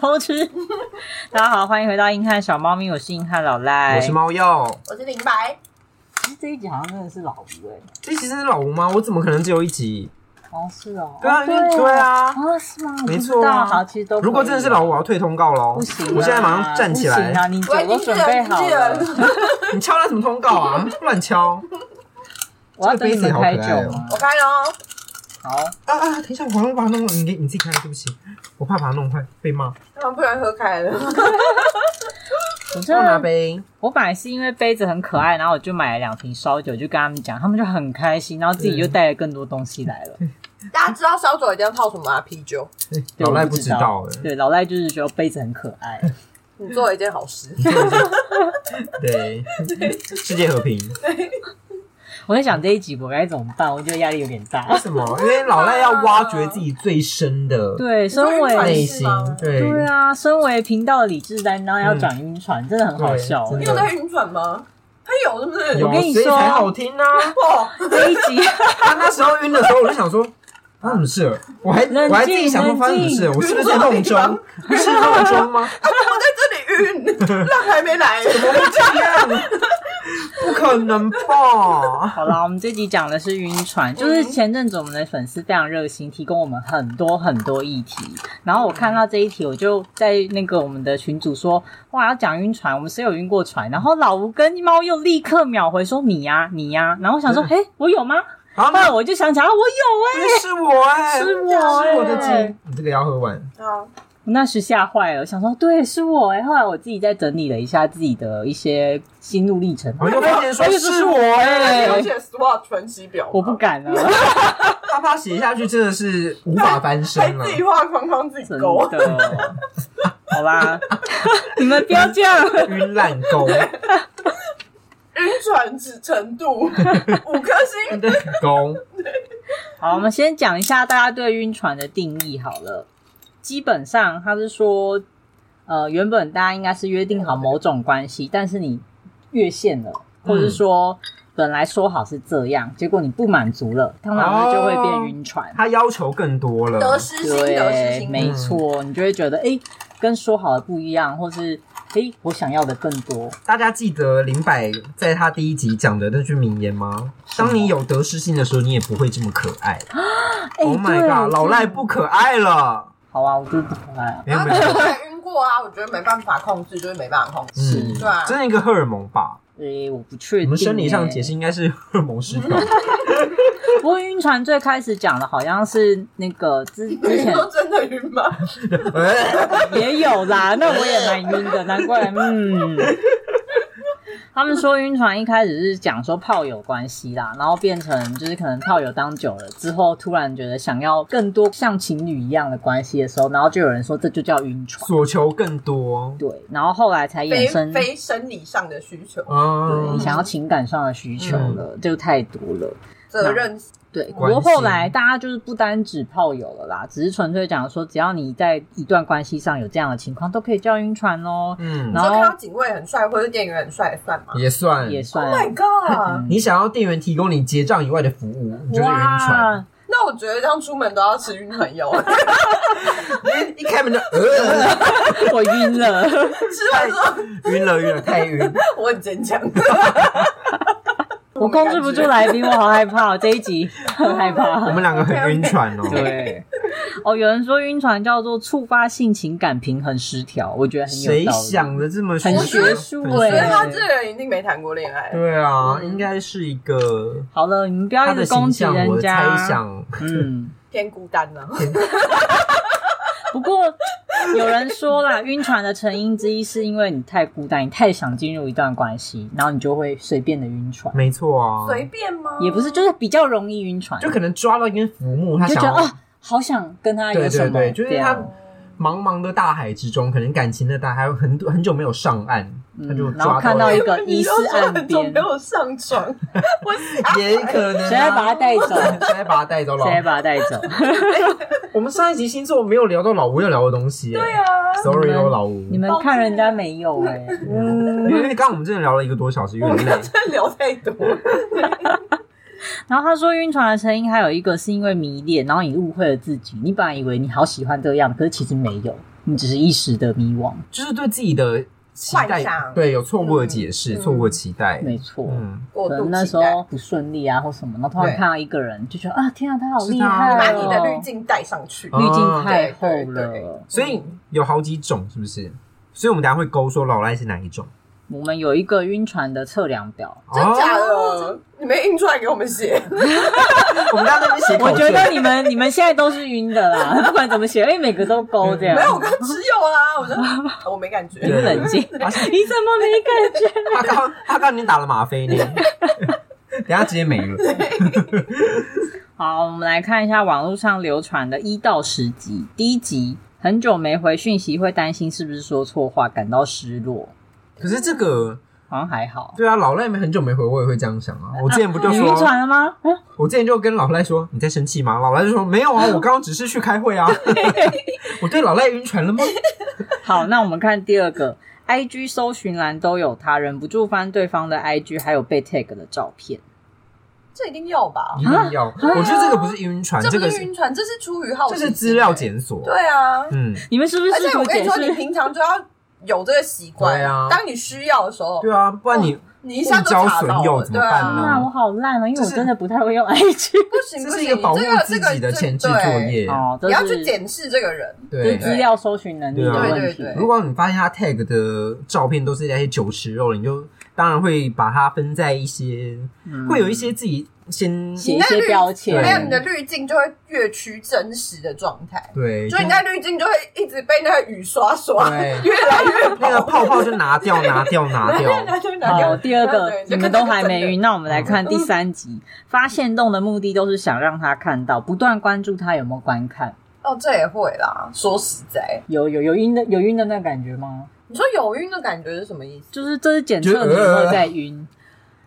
偷吃。大家好，欢迎回到硬汉小猫咪，我是硬汉老赖。我是猫药，我是林白，其实这一集好像真的是老吴哎、这其实是老吴吗？我怎么可能只有一集？哦是哦，对啊，哦因为对啊。啊是吗？我不没知错啊道好，其实都可以如果真的是老吴，我要退通告喽！不行啊，我现在马上站起不行啊，来。你我酒已都经准备好忍不了，了，你敲了什么通告啊？乱敲！我要等你们开这个杯酒子好可爱哦吗我？开喽。好，啊啊！等一下，我好像把它弄，你给你自己看，对不起，我怕把它弄坏，被骂。他们不然喝开了，我真帮我拿的，杯。我本来是因为杯子很可爱，然后我就买了两瓶烧酒，就跟他们讲，他们就很开心，然后自己就带了更多东西来了。 嗯大家知道烧酒一定要泡什么吗？啤酒。哎对 老赖我不不知道哎。对，老赖就是觉得杯子很可爱。你做了一件好事，对，世界和平。我在想这一集我该怎么办，我觉得压力有点大为。什么？因为老赖要挖掘自己最深的对，身对为内心。对对啊，身为频道的理智担当要转晕船，真的很好笑。对 你真有的在晕船吗？他有是不是？有我跟你所以说才好听啊。 哦，这一 集他那时候晕的时候，我就想说，发生什么事了？我还冷静我还自己想说发生什么事了？冷我是不是在梦中？我是梦中吗？我在这里 晕，浪还没来。怎么会这样？不可能吧？好啦，我们这集讲的是晕船，嗯就是前阵子我们的粉丝非常热心，提供我们很多很多议题。然后我看到这一题，我就在那个我们的群组说，哇，要讲晕船，我们谁有晕过船？然后老吴跟猫又立刻秒回说你呀、你呀、然后我想说，嗯嘿，我有吗？好，后来那我就想起来，啊我有哎、不是我哎，是我是哎我的鸡。你这个要喝完，啊，我那时吓坏了，想说对，是我哎、后来我自己再整理了一下自己的一些心路历程，我就发现说哎呦是我哎，有写 SWOT 分析表吗，我不敢了，啪啪写下去真的是无法翻还身 了自。己画框框自己啊真勾。的。好啦，你们不要这样。晕烂狗，晕船之程度 五颗星，对狗，好，我们先讲一下大家对晕船的定义好了。基本上，他是说，呃，原本大家应该是约定好某种关系，但是你越线了，或者说本来说好是这样，结果你不满足了，通常就会变晕船。它要求更多了。得失心，得失对，心，没错，你就会觉得哎、诶跟说好的不一样，或是哎、诶我想要的更多。啊大家记得林柏在他第一集讲的那句名言吗？当你有得失心的时候，你也不会这么可爱。哎、 oh my 对我 god，老赖不可爱了。好啊，我就是不可爱啊。没有啊没有，对晕过啊，我觉得没办法控制，就是没办法控制。是嗯对啊，真的一个荷尔蒙吧？哎、我不确定、我们生理上解释。应该是荷尔蒙失调。不过晕船最开始讲的好像是那个之之你前说真的晕吗？ 哎也有 啦，那我也蛮晕的，难怪嗯。他们说晕船一开始是讲说炮友关系啦，然后变成就是可能炮友当久了之后，突然觉得想要更多像情侣一样的关系的时候，然后就有人说这就叫晕船，所求更多对，然后后来才衍非生非生理上的需求，啊对，想要情感上的需求了，就太多了。责任对，不嗯关过系后来大家就是不单指炮友了啦，只是纯粹讲说，只要你在一段关系上有这样的情况，都可以叫晕船哦，嗯然，后你说看到警卫很帅或者店员很帅也算吗也算。也？Oh 算 my 嗯 god！你想要店员提供你结账以外的服务，你就是晕船。哇，那我觉得这样出门都要吃晕船 药，一开门就呃，我晕了。 吃完之后晕了晕了，太晕。我很坚强。 我控制不住来宾，我好害怕哦、这一 集很害我怕。们两个很晕船哦。 对，哦，有人说晕船叫做触发性情感平衡失调，我觉得很有谁道理。想的这么很学术哎很我对觉得他这个人一定没谈过恋爱，对啊，嗯应该是一个好了，你们不要他一的直攻形击象，我人的家。猜想，嗯，偏孤单呢。不过有人说啦，晕船的成因之一是因为你太孤单，你太想进入一段关系，然后你就会随便的晕船，没错啊，随便吗？也不是，就是比较容易晕船，就可能抓到一根浮木，他你就想觉得要啊，好想跟他有对什对么，啊对，就是这他样茫茫的大海之中，可能感情的大海，还有很多很久没有上岸，他就嗯，然后抓看到了一个疑你似都说岸很久边，没有上床，我吓 也可能啊谁来 把他带走？谁来把他带走？老谁把他带走？我们上一集星座没有聊到老吴要聊的东西，对对啊， ，sorry 你们哦，老吴，你们看人家没有哎、嗯因为刚刚我们真的聊了一个多小时，有我点们累真。的聊太多，然后他说晕船的成因还有一个是因为迷恋，然后你误会了自己，你本来以为你好喜欢这样，可是其实没有，你只是一时的迷惘，就是对自己的期幻待想，对有错误的解释，嗯错误的期待，没错。嗯，过可度能那期时待候不顺利啊，或什么，然后突然对看到一个人，就觉得啊，天啊，他好是厉他害、哦！哦把你的滤镜带上去。哦 滤镜太厚对对了。对所以有好几种，是不是？所以我们等一下会勾说老赖是哪一种，我们有一个晕船的测量表， 真假哦的？你没印出来给我 们写？我们刚刚在那边写口我诀，觉得你们 你们现在都是晕的啦， 不管怎么写，因为每个都勾这样。没 有，我刚只有啊，我就我没感觉。你冷 静，你怎么没感觉？ 他刚他刚已经打了吗啡呢，等一下直接没了。好，我们来看一下网络上流传的一到十集。第一集，很久没回讯息，会担心是不是说错话，感到失落，可是这个好像还好。对啊，老赖没很久没回，我也会这样想啊。我之前不就你晕说，船了吗？我之前就跟老赖说你在生气吗？老赖就说没有啊，我刚刚只是去开会啊。我对老赖晕船了吗？好，那我们看第二个，IG 搜寻栏都有他，忍不住翻对方的 IG，还有被 tag 的照片。这一定要吧啊一？定要，我觉得这个不是晕船，这这不个是是晕船，这是出于好奇这心。是资料检索。对啊，嗯，你们是不是而试且图我跟解你说，你释？平常就要有这个习惯。对啊当你需要的时候，对啊，不然你你一下误就交查损到友了。怎么对办那呢啊，我好烂哦，因为我这是真的不太会用 IG。不行不这是行，一个保护这个自己的前置作。业。哦，这个对这你要是去检视这个人，这是对，资料搜寻能力的对啊问题。对对对如果你发现他 tag 的照片都是那些酒池肉林，你就当然会把它分在一些，嗯会有一些自己先写一些标签，对没有你的滤镜就会越趋真实的状态，对，所以你那滤镜就会一直被那个雨刷刷， 对越来越那个泡泡就拿 掉，拿掉，拿掉。好，第二个对你们都还没对晕，那我们来嗯看第三集。发现洞的目的都是想让他看到，不断关注他有没有观看。哦，这也会啦。说实在，有有有晕的有晕的那感觉吗？你说有晕的感觉是什么意思？就是这是检测你有没有在晕，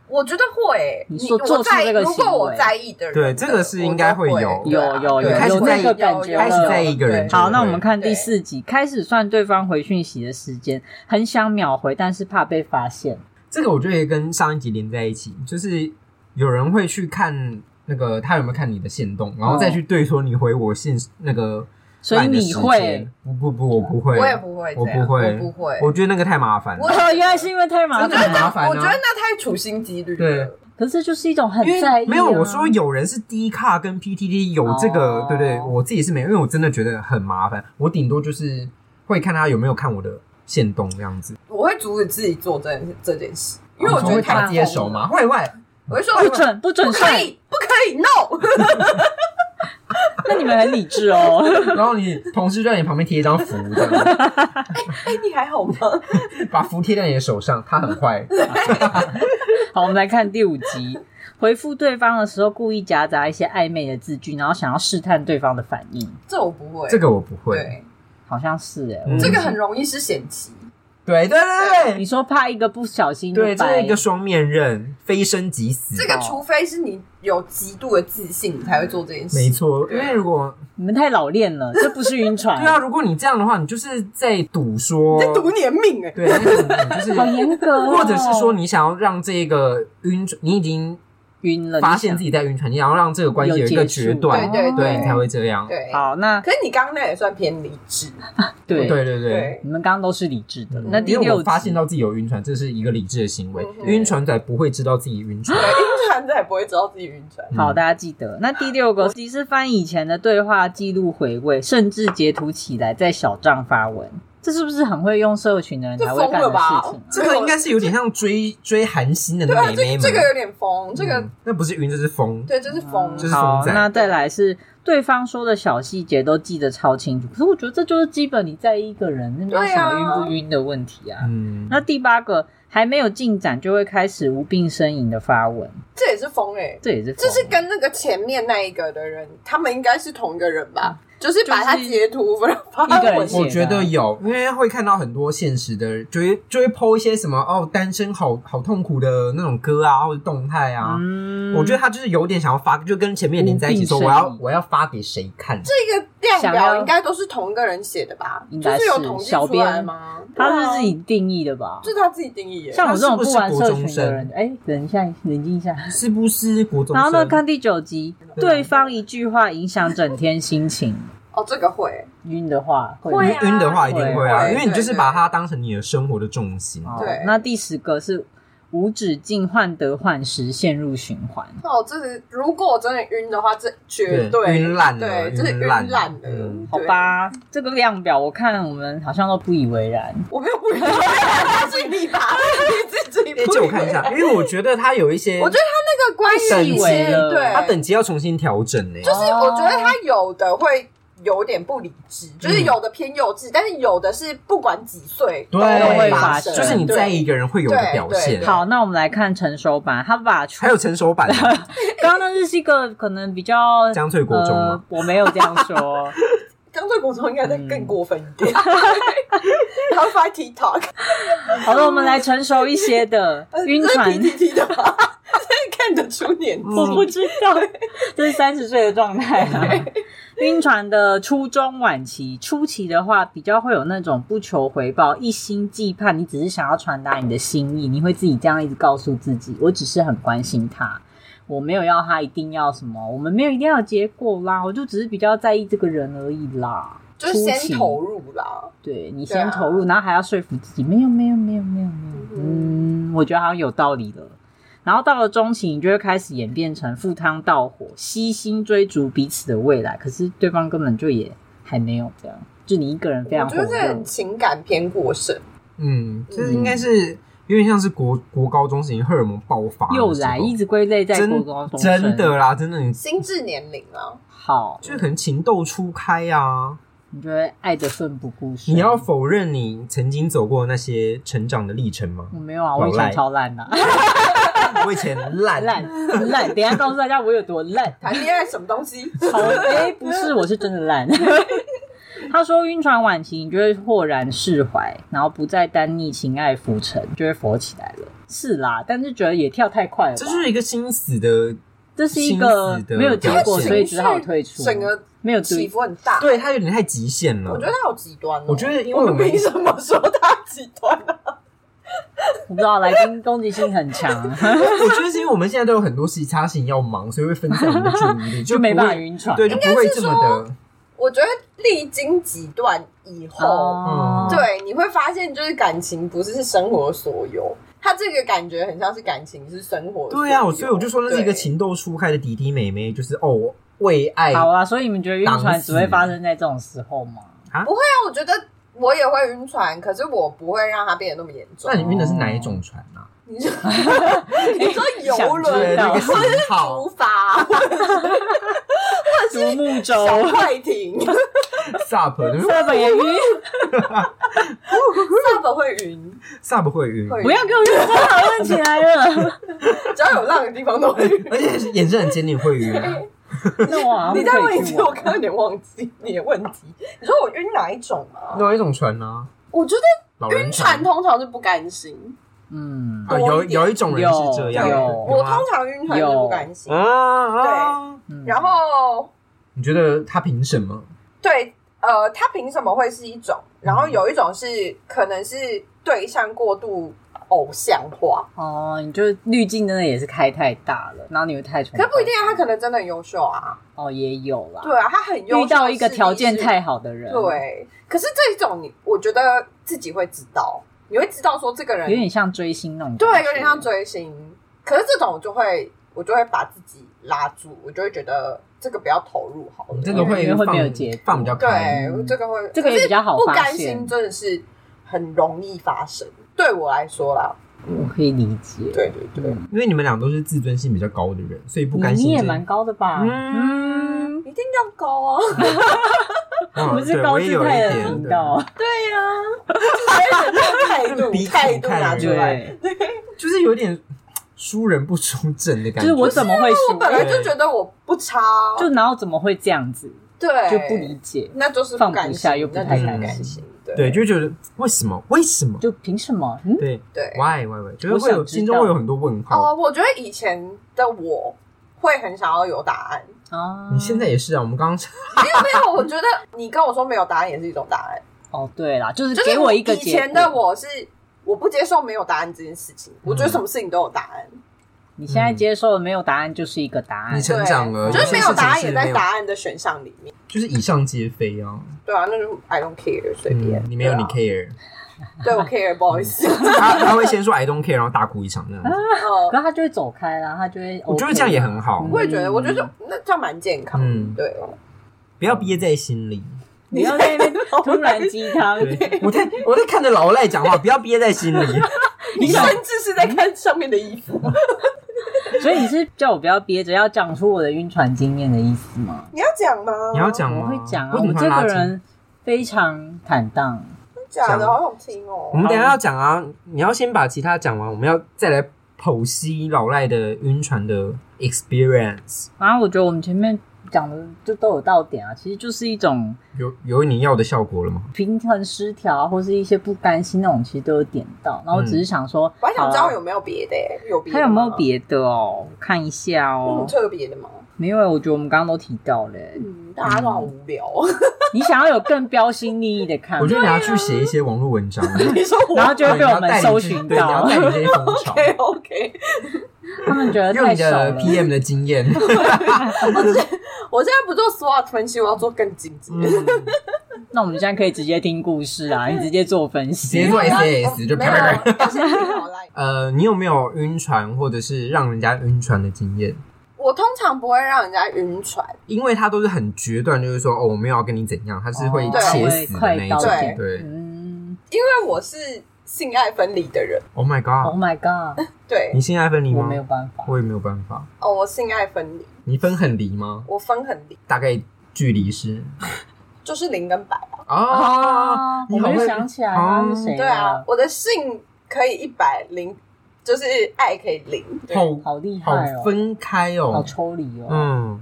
我觉得会欸、你你说我做出在这个如果行为我在意的人的，对这个是应该会我有都会对啊有有有对开始有在意有感觉有开始在意一个人对就好，那我们看对第四集，开始算对方回讯息的时间，很想秒回，但是怕被发现。这个我觉得也跟上一集连在一起，就是有人会去看那个他有没有看你的线动，然后哦再去对说你回我线那个。所以你会？不不不，我不会，我也不会这我样，不会，我不会。我觉得那个太麻烦了。我 哦，原来是因为太麻我觉烦得很了，麻烦那，啊我觉得那太处心积虑了。可是这就是一种很因为在意、啊。没有，我说有人是 D 卡跟 PTT 有这个，哦对不对？我自己是没有，因为我真的觉得很麻烦。我顶多就是会看他有没有看我的线动这样子。我会阻止自己做这件这件事，因为我觉哦你得会太打疯接手了嘛，？喂喂，我会说 不准不准不可算，以，不可以，no！ 那你们很理智哦。 然后你同事就在你旁边贴一张符，这样哎，你还好吗？把符贴在你的手上，他很坏。好，我们来看第五集。回复对方的时候，故意夹杂一些暧昧的字句，然后想要试探对方的反应，这我不会，这个我不会。对，好像是哎、嗯这个很容易是险棋。对对对你对说怕一个不小心就对，这掰是一个双面刃，非生即死。这个除非是你有极度的自信，你才会做这件事。 没错，因为如果你们太老练了，这不是晕船， 对啊，如果你这样的话，你就是在赌说，赌你的命哎、对，啊那种好就是。严格、哦，或者是说，你想要让这个晕船，你已经哦晕了，发现自己在晕船，你想要让这个关系有一个决断，对对对，才会这样。对，好。那可是你刚刚那也算偏理智，对对对对。对，你们刚刚都是理智的。嗯那第因为六我集发现到自己有晕船，这是一个理智的行为嗯。晕船仔不会知道自己晕船，晕船仔不会知道自己晕船。好，嗯大家记得。那第六个，即是翻以前的对话记录回味，甚至截图起来在小账发文，这是不是很会用社群的人这才会疯干的了吧事情？？啊这个应该是有点像追追韩星的对啊，那这美眉们。这个有点疯，这个、嗯那不是晕，这是疯。对，这是疯。就是好疯，仔那再来是对方说的小细节都记得超清楚，可是我觉得这就是基本你在意一个人，那没有对什啊么晕不晕的问题啊。嗯，那第八个还没有进展就会开始无病呻吟的发文，这也是疯哎、这也是疯这是跟那个前面那一个的人，他们应该是同一个人吧？就是把他就是截图然后发一个人文写我觉得有，因为会看到很多现实的，就会就会 PO 一些什么哦，单身好好痛苦的那种歌啊，或者动态啊。嗯我觉得他就是有点想要发，就跟前面连在一起说，无我病呻要吟我要发给谁看？这个量想表要应该都是同一个人写的吧？应就该是有是统计小出来编吗？他对啊是自己定义的吧？这是他自己定义耶。像我这种不玩社群他是不是的国人中，哎，等一下，冷静一下。是不是国中生？然后呢，看第九集，对啊对方一句话影响整天心情，哦，这个会，晕的话会会晕啊晕的话一定会啊，会因为你就是对把它当成你的生活的重心。哦对那第十个是无止境患得患失，陷入循环。哦，这是如果我真的晕的话，这绝对对晕烂了对，这是晕晕烂烂了了，嗯好对，吧，这个量表我看我们好像都不以为然。我没有不晕， 我是你吧，你自己不以为哎，借我看一下，因为我觉得它有一 些，我觉得那个哦关系太是细微了对，它等级要重新调整呢。就是我觉得他有的会有点不理智，嗯就是有的偏幼稚，但是有的是不管几岁都都会会发发生，生就是你在意一个人会有的表现对。好，那我们来看成熟版，他把出还有成熟版的 刚刚那是一个可能比较 江翠国中呃嘛，，我没有这样说。刚对国中应该再嗯更过分一点，他会发 TikTok，呃好了，我们来成熟一些 的呃晕船。 TT 的吧，这看得出年嗯纪。我不知道，嗯 这是三十岁的状态啊。晕船的初中晚期，初期的话比较会有那种不求回报、一心寄盼，你只是想要传达你的心意，你会自己这样一直告诉自己，我只是很关心他，我没有要他一定要什么，我们没有一定要有结果啦，我就只是比较在意这个人而已啦。就是初期先投入啦，对你对先啊投入，然后还要说服自己，没有没有没有没有没有，嗯，我觉得好像有道理了。然后到了中期，你就会开始演变成赴汤蹈火，悉心追逐彼此的未来，可是对方根本就也还没有这样，就你一个人非常我火觉得这热很，情感偏过剩，嗯，就是应该是有点像是国国高中时期荷尔蒙爆发的时候，又来一直归类在国高中真真的啦，真的你心智年龄啊，好，就是可能情窦初开啊，你就会爱得奋不顾身。你要否认你曾经走过那些成长的历程吗我？没有啊，我以前超烂的、 我以前烂烂烂。等一下告诉大家我有多烂。谈恋爱什么东西？ 好，哎、不是，我是真的烂。 他说，晕船晚期，你就会豁然释怀，然后不再单溺情爱浮沉，就会佛起来了。是啦，但是觉得也跳太快了吧，这就是一个心死的，这是一个心死的没有结果，表现所以只好退出。整个没有起对，伏很大。对他有点太极限了。我觉得他好极端哦。我觉得因为我我们们凭什么说他极端啊呢？我不知道来宾攻击性很强， 我觉得是因为我们现在都有很多其他事情要忙，所以会分散我们的注意力，就不没会办法晕船。对，就不会这么的。我觉得历经几段以后，哦，嗯对你会发现，就是感情不是生活所有，他这个感觉很像是感情是生活。对啊，我所以我就说那是一个对。情窦初开的弟弟妹妹，就是哦，我为爱好啊啦，所以你们觉得晕船挡只死会发生在这种时 候吗？但我觉得我也会晕船，可是我不会让它变得那么严重那。你晕的是哪一种船啊？你说你说游想轮知对，那道个型竹号筏、独木舟，啊哦小快艇、 SUP，你说 这本也晕， SUP 会晕， SUP 会晕，会不要给我晕船讨论起来 了。只要有浪的地方都会晕。而且是眼神很坚定会晕。啊那我好 像你再不可问以一去次，玩我刚刚有点忘 记你的问题。你说我晕哪一种啊？哪一种船呢？我觉老得人晕船通常是不甘心，嗯，啊，多有一点有一种人是这样的，有啊我有通吗常晕船是不甘心。啊啊！嗯然后你觉得他凭什么？对，呃，他凭什么会是一种？然后有一种是可能是对象过度偶像化，哦，你就是滤镜真的也是开太大了，然后你又太崇拜可不一定啊，他可能真的很优秀啊。哦，也有啦。对啊，他很优秀，遇到一个是条件是太好的人，，对。可是这一种你，我觉得自己会知道，你会知道说这个人有点像追星那种，对，有点像。追星。可是这种我就会，我就会把自己拉住，我就会觉得这个不要投入好了。嗯这个因会为会放没有结果放比较开，对，这个会，这个也可是比较好不发甘现心真的是很容易发生，对我来说啦。我可以理解。对对对，嗯，因为你们俩都是自尊心比较高的人，所以不甘你心。你也蛮高的吧？嗯，一定要高啊！ 我我们是高嗯啊我也姿有一态的点频道，对呀、啊，就是有 鼻点态度态孔度看拿而已出来。对，对就是有点输人不输阵的就感觉。是我怎么会我输？本来就觉得我不差啊，就然后怎么会这样子？对就不理，解，那就是放不甘下心又不那就太是甘甘心心。对，就觉得为什么？为什么？就凭什么？嗯，对对， ，why why why，就是我会有想知心中道会有很多问哦，号。我觉得以前的我会很想要有答案，哦，你现在也是啊，我们刚刚 没有没有，我觉得你跟我说没有答案也是一种答案，哦，对啦，就是就是给我一个以结前果嗯的，我是我不接受没有答案这件事情，我觉得什么事情都有答案，你现在嗯接受的没有答案就是一个答案你，成长了，对就是些没事有情答案是也没在有答案的选项里面，就是以上皆非啊。对啊，那就 I don't care，随便。嗯，你没有对你啊 care，嗯对我 care，不好意思。 他他会先说 I don't care，然后大哭一场那样子。嗯，可是他就会走开啦，他就会 OK 啦。我觉得这样也很好，我也觉得，我觉得就那这样蛮健康的。嗯对，不要憋在心 里。 你要在 那边突然鸡汤，对，我在我在看着老赖讲话，不要憋在 心里。你甚至是在看上面的衣嗯服。所以你是叫我不要憋着，要讲出我的晕船经验的意思吗？你要讲吗？你要讲我吗？会讲啊，为我什么突这然拉个近人非常坦荡。假的，讲好想听哦我。们等一下要讲啊，你要先把其他讲完，我们要再来剖析老赖的晕船的 experience，然后我觉得我们前面讲的就都有到点啊，其实就是一种有有你要的效果了吗？平衡失调啊，或是一些不甘心那种，其实都有点到。嗯然后我只是想说，我还想知好道啦有没有别的欸，有别的还有没有吗？别的哦？我看一下嗯，哦，特别的吗？嗯没有欸，我觉得我们刚刚都提到嘞、欸嗯，大家都好无聊。哦 你想要有更标新立异的看法，我觉得你要去写一些网络文章，你说我然后啊 就会被我们搜对寻你要到带，领这些风 潮， OK OK，他们觉得用太你熟了的。PM 的 经验。我现在不做 SWOT 分析，我要做更精致。嗯那我们现在可以直接听故事啊，你直接做分直接析。做 SAS 就没有，要先听好来。呃，你有没有晕船或者是让人家晕船的经验？我通常不会让人家晕船，因为他都是很决断，就是说哦，我没有要跟你怎样，他是会哦切死的那一种。对对嗯因为我是性爱分离的人。 ，Oh my ，Oh god， my god，对你，性爱分离我吗没？有办法。我也没有办法。哦，我性爱分离，你分很离吗？我分很离，大概距离是就是零跟百啊。哦，啊，你我好会哦就想起来他是谁对啊了，，我的性可以一百零，就是爱可以零。对好好厉害好哦，分开好啊哦。抽离哦。嗯，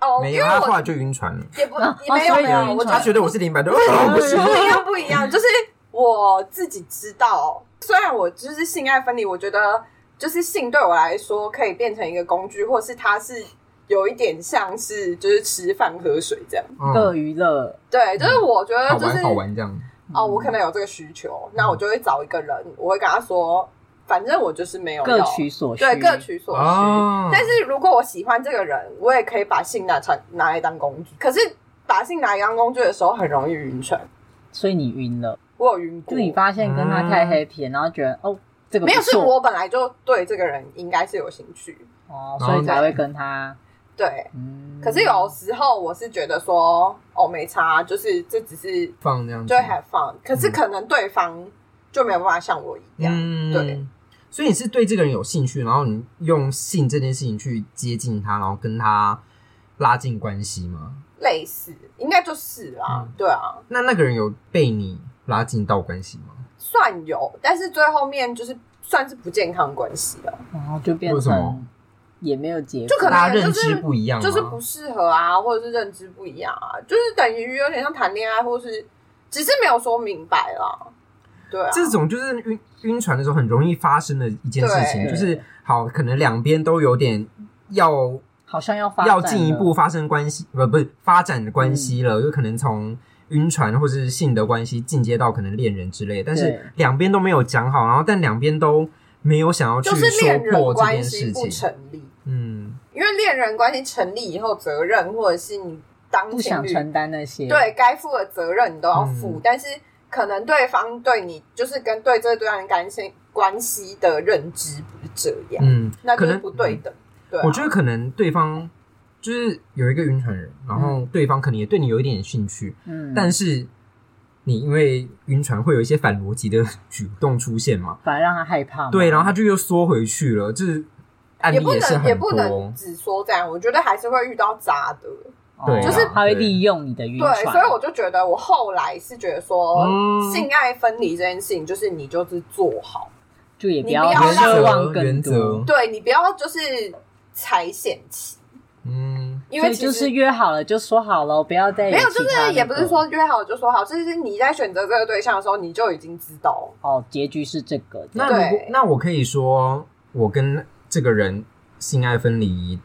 哦，没因有为他后来我就晕船了。也不啊也没有所以没有，我就他是觉得我是零百多，哦不不是一样，不一样，就是我自己知道，虽然我就是性爱分离，我觉得就是性对我来说可以变成一个工具，或是它是有一点像是就是吃饭喝水这样。各嗯娱乐，对，就是我觉得好就是玩嗯好玩这样。哦，我可能有这个需求，那我就会找一个人，我会跟他说，反正我就是没有各要取所需，对各取所需。哦，但是如果我喜欢这个人，我也可以把性拿成拿来当工具。可是把性拿来当工具的时候，很容易晕船。所以你晕了，我有晕过，就你发现跟嗯他太 happy，了然后觉得哦这个不没有，是错我本来就对这个人应该是有兴趣，哦，然所后以才会跟他对。嗯。可是有时候我是觉得说，哦，没差，就是这只是放这样子就会 have fun，可是可能对方就没有办法像我一样，嗯对。所以你是对这个人有兴趣，然后你用性这件事情去接近他，然后跟他拉近关系吗？类似应该就是啦，嗯对啊，那那个人有被你拉近到关系吗？算有，但是最后面就是算是不健康关系了，然后就变为什么成也没有结果，就可能大家也认就是知不一样吗，就是不适合啊，或者是认知不一样啊，就是等于有点像谈恋爱，或是只是没有说明白啦，对啊，这种就是晕晕船的时候很容易发生的一件事情，对就是好，可能两边都有点要好像要发展要了进一步发生关系，不不是发展的关系嗯了，就可能从晕船或是性的关系进阶到可能恋人之类，但对是两边都没有讲好，然后但两边都没有想要去就是说恋人破这关件系事不情，成立，嗯，因为恋人关系成立以后，责任或者是你当不情想侣承担那些，对该负的责任你都要负，嗯但是可能对方对你就是跟对这段感情关系的认知不是这样，嗯，那就可是能嗯不对等。对啊、我觉得可能对方就是有一个晕船人，然嗯后对方可能也对你有一点兴趣，嗯，但是你因为晕船会有一些反逻辑的举动出现嘛，反而让他害怕嘛，对，然后他就又缩回去了，就是案例嗯也不是能也很不多能。只说这样，我觉得还是会遇到渣的。哦对啊就是他会利用你的晕船，对，所以我就觉得我后来是觉得说，嗯性爱分离这件事情，就是你就是做好，就也不你要不要让奢望原更则多原，对你不要就是踩险棋，嗯，因所为以其实就是约好了就说好了，不要再有没有，其就他是那也不是个说约好就说好，就是你在选择这个对象的时候，你就已经知道。哦，结局是这个。那对如果对那我可以说，我跟这个人性爱分离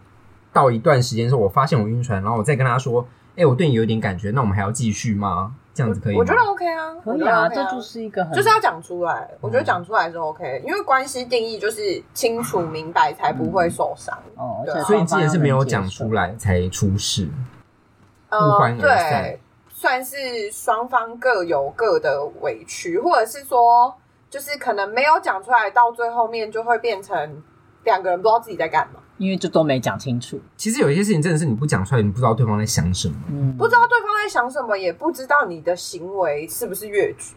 到一段时间之后，我发现我晕船，然后我再跟他说，哎、我对你有点感觉，那我们还要继续吗？这样子可以吗？我觉得 OK 啊，可我觉以得啊， OK 这就是一个很就是要讲出来。我嗯觉得讲出来是 OK，因为关系定义就是清楚明白，才不会受伤。哦，而对且啊所以你之前是没有双方要能讲接受出，来才出事，不欢嗯，而散对，算是双方各有各的委屈，或者是说，就是可能没有讲出来，到最后面就会变成两个人不知道自己在干嘛，因为就都没讲清楚。其实有一些事情真的是你不讲出来，你不知道对方在想什么。嗯，不知道对方在想什么，也不知道你的行为是不是越矩，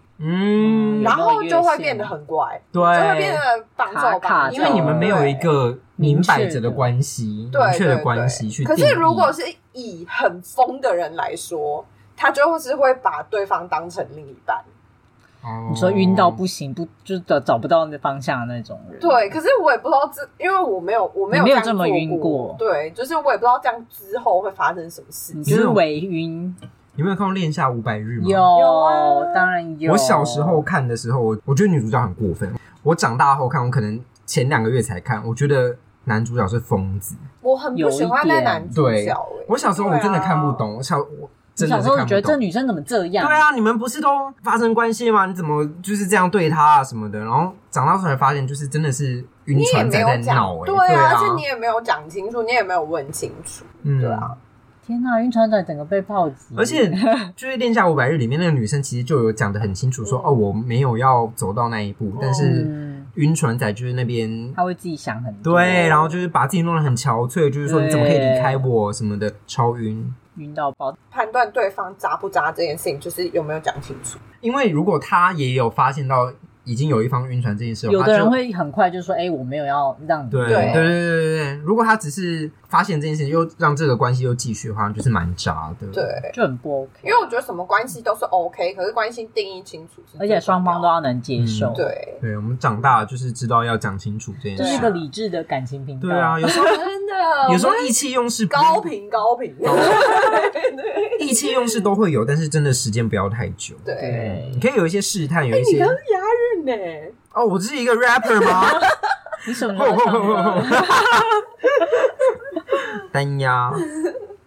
嗯，嗯然后就越会线变得很怪，就会变对，得绑手哎卡卡绑脚，着因为你们没有一个明摆着明确的的关系，对明确的对关对系去定可义。是如果是以很疯的人来说，他就是会把对方当成另一半。哦你说晕到不行，不就是找找不到那方向的那种人。对，可是我也不知道这，因为我没有，我没有你没有样这么做晕过对，就是我也不知道这样之后会发生什么事你情。就是微晕。你没有看过《恋下五百日》吗？有，有啊当然有。我小时候看的时候，我我觉得女主角很过分。我长大后看，我可能前两个月才看，我觉得男主角是疯子。我很不喜欢那男主对角、欸，我小时候我真的看不啊懂，我小我真的小是时候看觉不得这懂。女生怎么这样？对，啊，你们不是都发生关系吗？你怎么就是这样对他啊什么的？然后长大后才发现，就是真的是晕你也船没仔在有讲，闹哎、对啊，而且你也没有讲清楚，你也没有问清楚，嗯对啊。天哪，晕船仔整个被泡及。而且就是《恋下五百日》里面那个女生，其实就有讲的很清楚说嗯哦，我没有要走到那一步，但是嗯，晕船仔就是那边他会自己想很多，对，然后就是把自己弄得很憔悴，就是说对你怎么可以离开我什么的，超晕。晕到爆。判断对方渣不渣这件事情，就是有没有讲清楚。因为如果他也有发现到已经有一方晕船这件事，有他的就人会很快就说：“哎，我没有要让你。”对对对对对对，如果他只是发现这件事情，又让这个关系又继续的话，就是蛮渣的。对，，就很不 OK。因为我觉得什么关系都是 OK，可是关系定义清楚是而最重要的，且双方都要能接受，嗯对，对我们长大就是知道要讲清楚这件这是一事。个理智的感情频道。对啊啊，，有时候 真的有时候哦意气用事不是高频高频， 意气用事都会有，但是真的时间不要太久。对。对你，可以有一些试探，有一你些刚刚押韵呢、哦，我是一个 rapper 吗？你什么时 候上的？单压。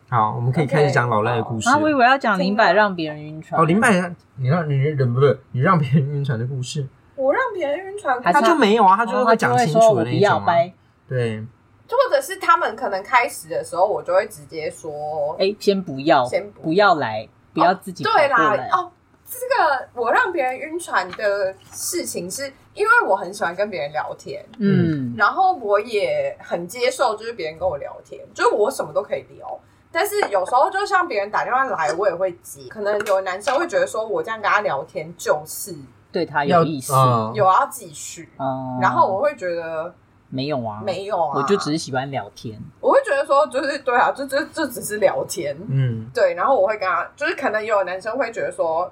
好，我们可以开始讲老赖的故事。啊，我以为要讲林柏让别人晕船。哦，林柏，你让你忍不住，你让别人晕船的故事，我让别人晕船，还是他就没有啊，他哦他就是会讲清说楚我的不那一要种、啊。掰，对，或者是他们可能开始的时候，我就会直接说，哎，先不要，先不不要来，不要自己跑对过啦来，。哦，这个我让别人晕船的事情是，因为我很喜欢跟别人聊天，嗯，然后我也很接受，就是别人跟我聊天，就是我什么都可以聊。但是有时候就像别人打电话来，我也会接。可能有的男生会觉得说，我这样跟他聊天就是对他要有意思。嗯有啊要继续，哦嗯然后我会觉得没有啊，没有啊，我就只是喜欢聊天。我会觉得说，就是对啊，就就就只是聊天，嗯，对。然后我会跟他，就是可能有男生会觉得说，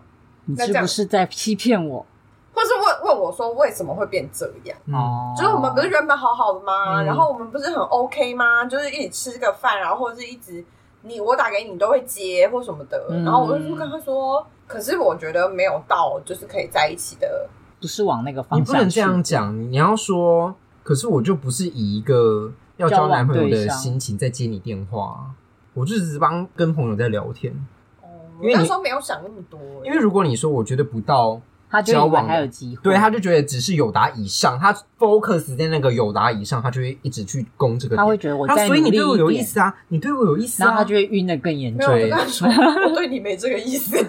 你那是这样不是在欺骗我？或是问问我说为什么会变这样？哦，哦，就是我们不是原本好好的吗？嗯然后我们不是很 OK 吗？就是一起吃个饭，然后或者是一直你我打给你都会接或什么的。嗯然后我就说跟他说，可是我觉得没有到就是可以在一起的。不是往那个方你向不能去这样讲，你要说，可是我就不是以一个要交男朋友的心情在接你电话，啊我就只是帮跟朋友在聊天。哦因为我你那时候没有想那么多，因为如果你说我觉得不到，他就交以为往还的有机会，对，他就觉得只是友达以上，他 focus 在那个友达以上，他就会一直去攻这个他点会觉得我他在所以努你力对我有一意点思啊，你对我有意思然后啊他，就会晕的更严没重有。我就对跟他说，我对你没这个意思。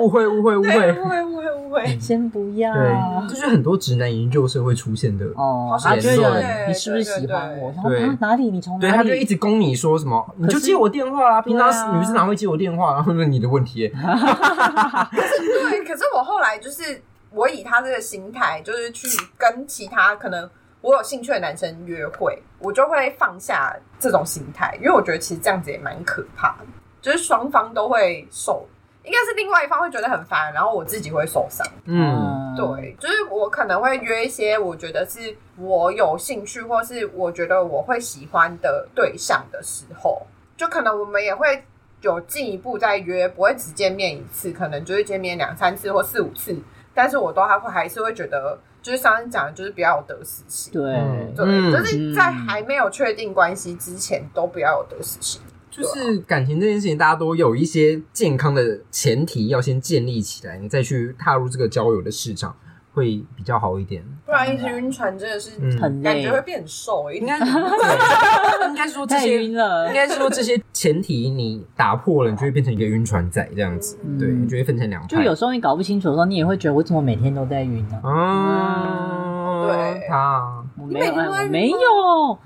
误会误会误对，会，误会误会误会。先不要，对，这就是很多直男研究社会出现的，啊哦好，他觉像是得对你是不是喜欢对对我？然后对啊哪里？你从对，哪他就一里？直攻你说什么，你就接我电话啦，平常哦对啊女生哪会接我电话？然后那你的问题耶，对，可是我后来就是我以他这个心态，就是去跟其他可能我有兴趣的男生约会，我就会放下这种心态，因为我觉得其实这样子也蛮可怕的，就是双方都会受，应该是另外一方会觉得很烦，然后我自己会受伤。啊嗯，对，就是我可能会约一些我觉得是我有兴趣，或是我觉得我会喜欢的对象的时候，就可能我们也会有进一步再约，不会只见面一次，可能就是见面两三次或四五次，但是我都还会还是会觉得，就是上次讲的就是不要有得失心。对，对，嗯就是在还没有确定关系之前，都不要有得失心。就是感情这件事情，大家都有一些健康的前提要先建立起来，你再去踏入这个交友的市场会比较好一点。不然一直晕船真的是嗯，很感累觉。会变瘦，应欸应该对应该该是说这太些，晕 应了。该是说这些前提你打破了，你就会变成一个晕船仔这样子，嗯对，你就会分成两派。就有时候你搞不清楚的时候，你也会觉得我怎么每天都在晕呢、哦，对他我没你每有，天都在我晕吗没有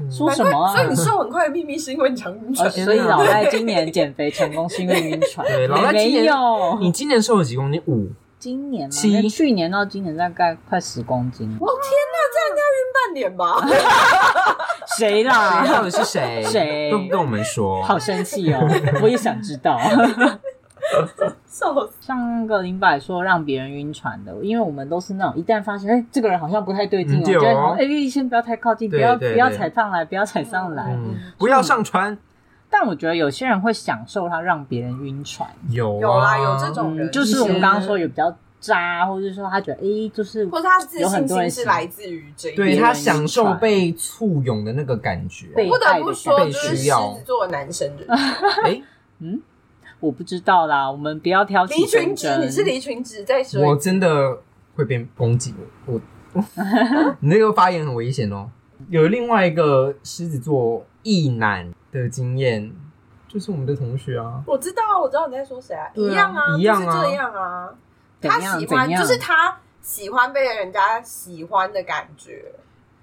嗯说什么啊？所以你瘦很快的秘密是因为你常晕呃船，所以啊老赖今年减肥成功是因为晕船。对老赖今没年有，你今年瘦了几公斤？五，今年嘛，七那去年到今年大概快十公斤。我哦天哪，这样应该晕半年 吧？谁你到啦？底是谁？谁都不跟我们 说。好生气 哦！我也想知 道。笑死！像那个林柏说让别人晕船的，因为我们都是那种一旦发现哎、这个人好像不太对劲嗯哦，对就哦会说哎、先不要太靠近，不对要对不要对踩上来，不要踩上来。嗯，不要上船。但我觉得有些人会享受他让别人晕船，有有啊，啦，有这种人，嗯就是我们一些刚刚说有比较渣，或者说他觉得哎、就是或者他自有很信多人心喜是欢来自于这一对点他享受被簇拥的那个感觉。被不得不说，被就是需狮要子座的男 生就是哎，我不知道啦，我们不要挑起离群纷值，争。你是离群值在说我真的会被攻击。我 我，你那个发言很危险哦。有另外一个狮子座异男的经验，就是我们的同学啊，我知道，我知道你在说谁啊，对啊一样啊，一样啊就是这样啊。怎他样喜怎欢，样，就是他喜欢被人家喜欢的感觉，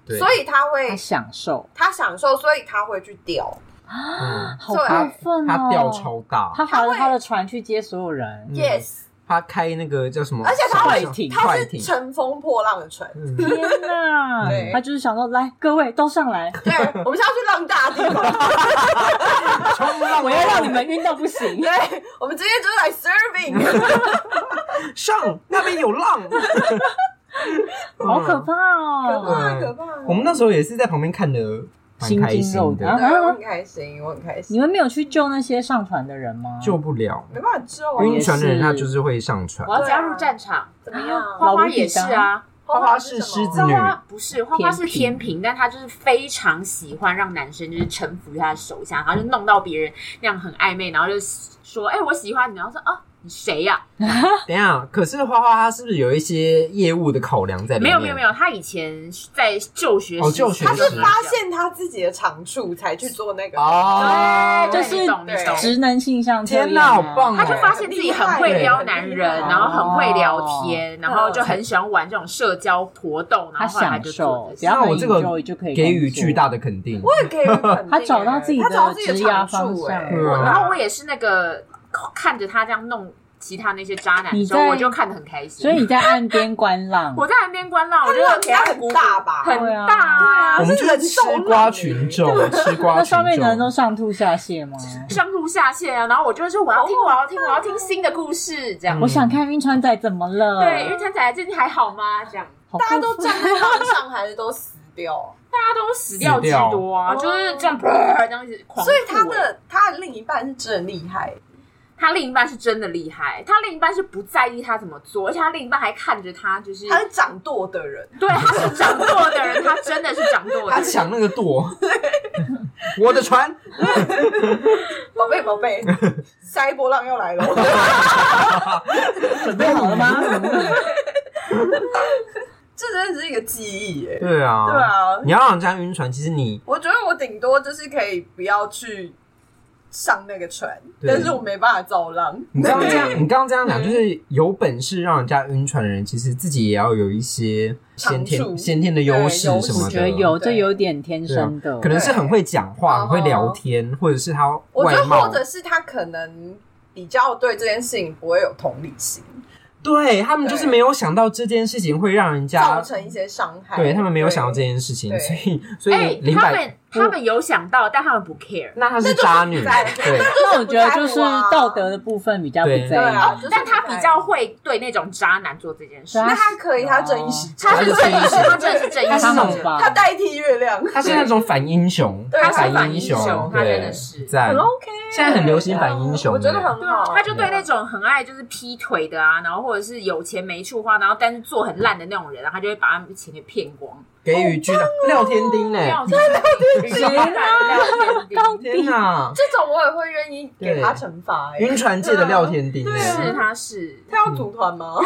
对，所以他他会享受，他享受，所以他会去钓。 嗯，好过分哦！他掉超大，他划了他会他的船去接所有 人，嗯 Yes，他开那个叫什么？而且他嗯快艇他快是艇，乘风破浪的船。嗯天哪对！他就是想说，来各位都上来，对，我们是要去浪大的地方，我要让你们晕到不 行。对，哎我们今天就是来 serving。上那边有浪， 嗯好可 可怕哦！怕，可怕！我们那时候也是在旁边看的，蛮开心惊肉心胆的，对我很开心，我很开你心，们没有去救那些上船的人吗？救不了。没办法救啊，嗯晕船的人也是他就是会上船我，要加入战场，怎么样？花花也是啊，花花是什么狮子花女花不是花花是天天平，但她就是非常喜欢让男生就是臣服于她的手下，然后就弄到别人那样很暧昧，然后就说：“哎、我喜欢你。”然后说：“哦，你谁呀、等一下，可是花花她是不是有一些业务的考量在里没面？有没有没有，她以前在就学哦时期就学啊他时是期发现他自己的长处才去做那个。哦，就对是你懂你懂职能性向测验天哪，啊好棒哦！他就发现自己很会撩男人，很厉害然后很会聊天，然后就很喜欢玩这种社交活动，他然后后来他享就受做，只这些要那能我这个 enjoy 就可以给予工作巨大的肯定。我也可以肯定欸，他找到自己的他找到自己职的业长方处向哎对啊然后我也是那个看着他这样弄其他那些渣男的时候，你在我就看得很开心。所以你在岸边观浪， 我在岸边观浪，我就浪给他很大吧很对啊大啊我们就是人吃受不了瓜群众， 吃瓜那群众。上面的人都上吐下泻吗？嗯上吐下泻啊。然后我就说我要听，我要听，我要听新的故事，这样嗯我。想看晕船仔怎么嗯了？对，因为仔仔最近还好吗？这样。好大家过都分 站在浪上，还是都死掉。大家都死掉居多啊，死就掉是这样，这样子 狂吐欸。所以他的他的另一半是真的厉害，他另一半是真的厉害，他另一半是不在意他怎么做，而且他另一半还看着他，就是他是掌舵的人，对他是掌舵的人，他真的是掌舵的他人。抢那个舵，我的船，宝贝宝 贝，下一波浪要来了。准备好 了吗？这真的是一个记忆耶。对啊，对啊你要让人家晕船，其实你我觉得我顶多就是可以不要去上那个船，对但是我没办法造浪。你刚刚这样，你刚刚这样讲，就是有本事让人家晕船的人，其实自己也要有一些先长天处先天的优势什么我的。觉得有，对这有点天对啊生的，可能是很会讲话、对会聊天，或者是他我外觉得貌或，者是他可能比较对这件事情不会有同理心，对他们就是没有想到这件事情会让人造家，成一些伤害。啊对他们没有想到这件事情，对所以所哎以林他百们他们有想到，但他们不 care。那她是渣女，在对，那我觉得就是不在乎啊道德的部分比较不对对在啊意。，就是但他不在比意较。会对那种渣男做这件事对。啊那他可以，他正义使者，他是他是正正义义使者使，他真的是正义他是使那很种者。棒，他代替月亮，她是那种反英雄， 对她她是反反英英雄雄，她对真的是，赞很。OK。现在很流行反英雄我觉得很对啊好。他就对那种很爱就是劈腿的啊，然后或者是有钱没处花，然后但是做很烂的那种人啊，他就会把他们钱给骗光。给予巨大廖天丁呢？哦廖天丁，廖天丁，天哪，这种我也会愿意给他对惩罚、欸。晕船界的廖天丁呢？是他是，他要组团吗？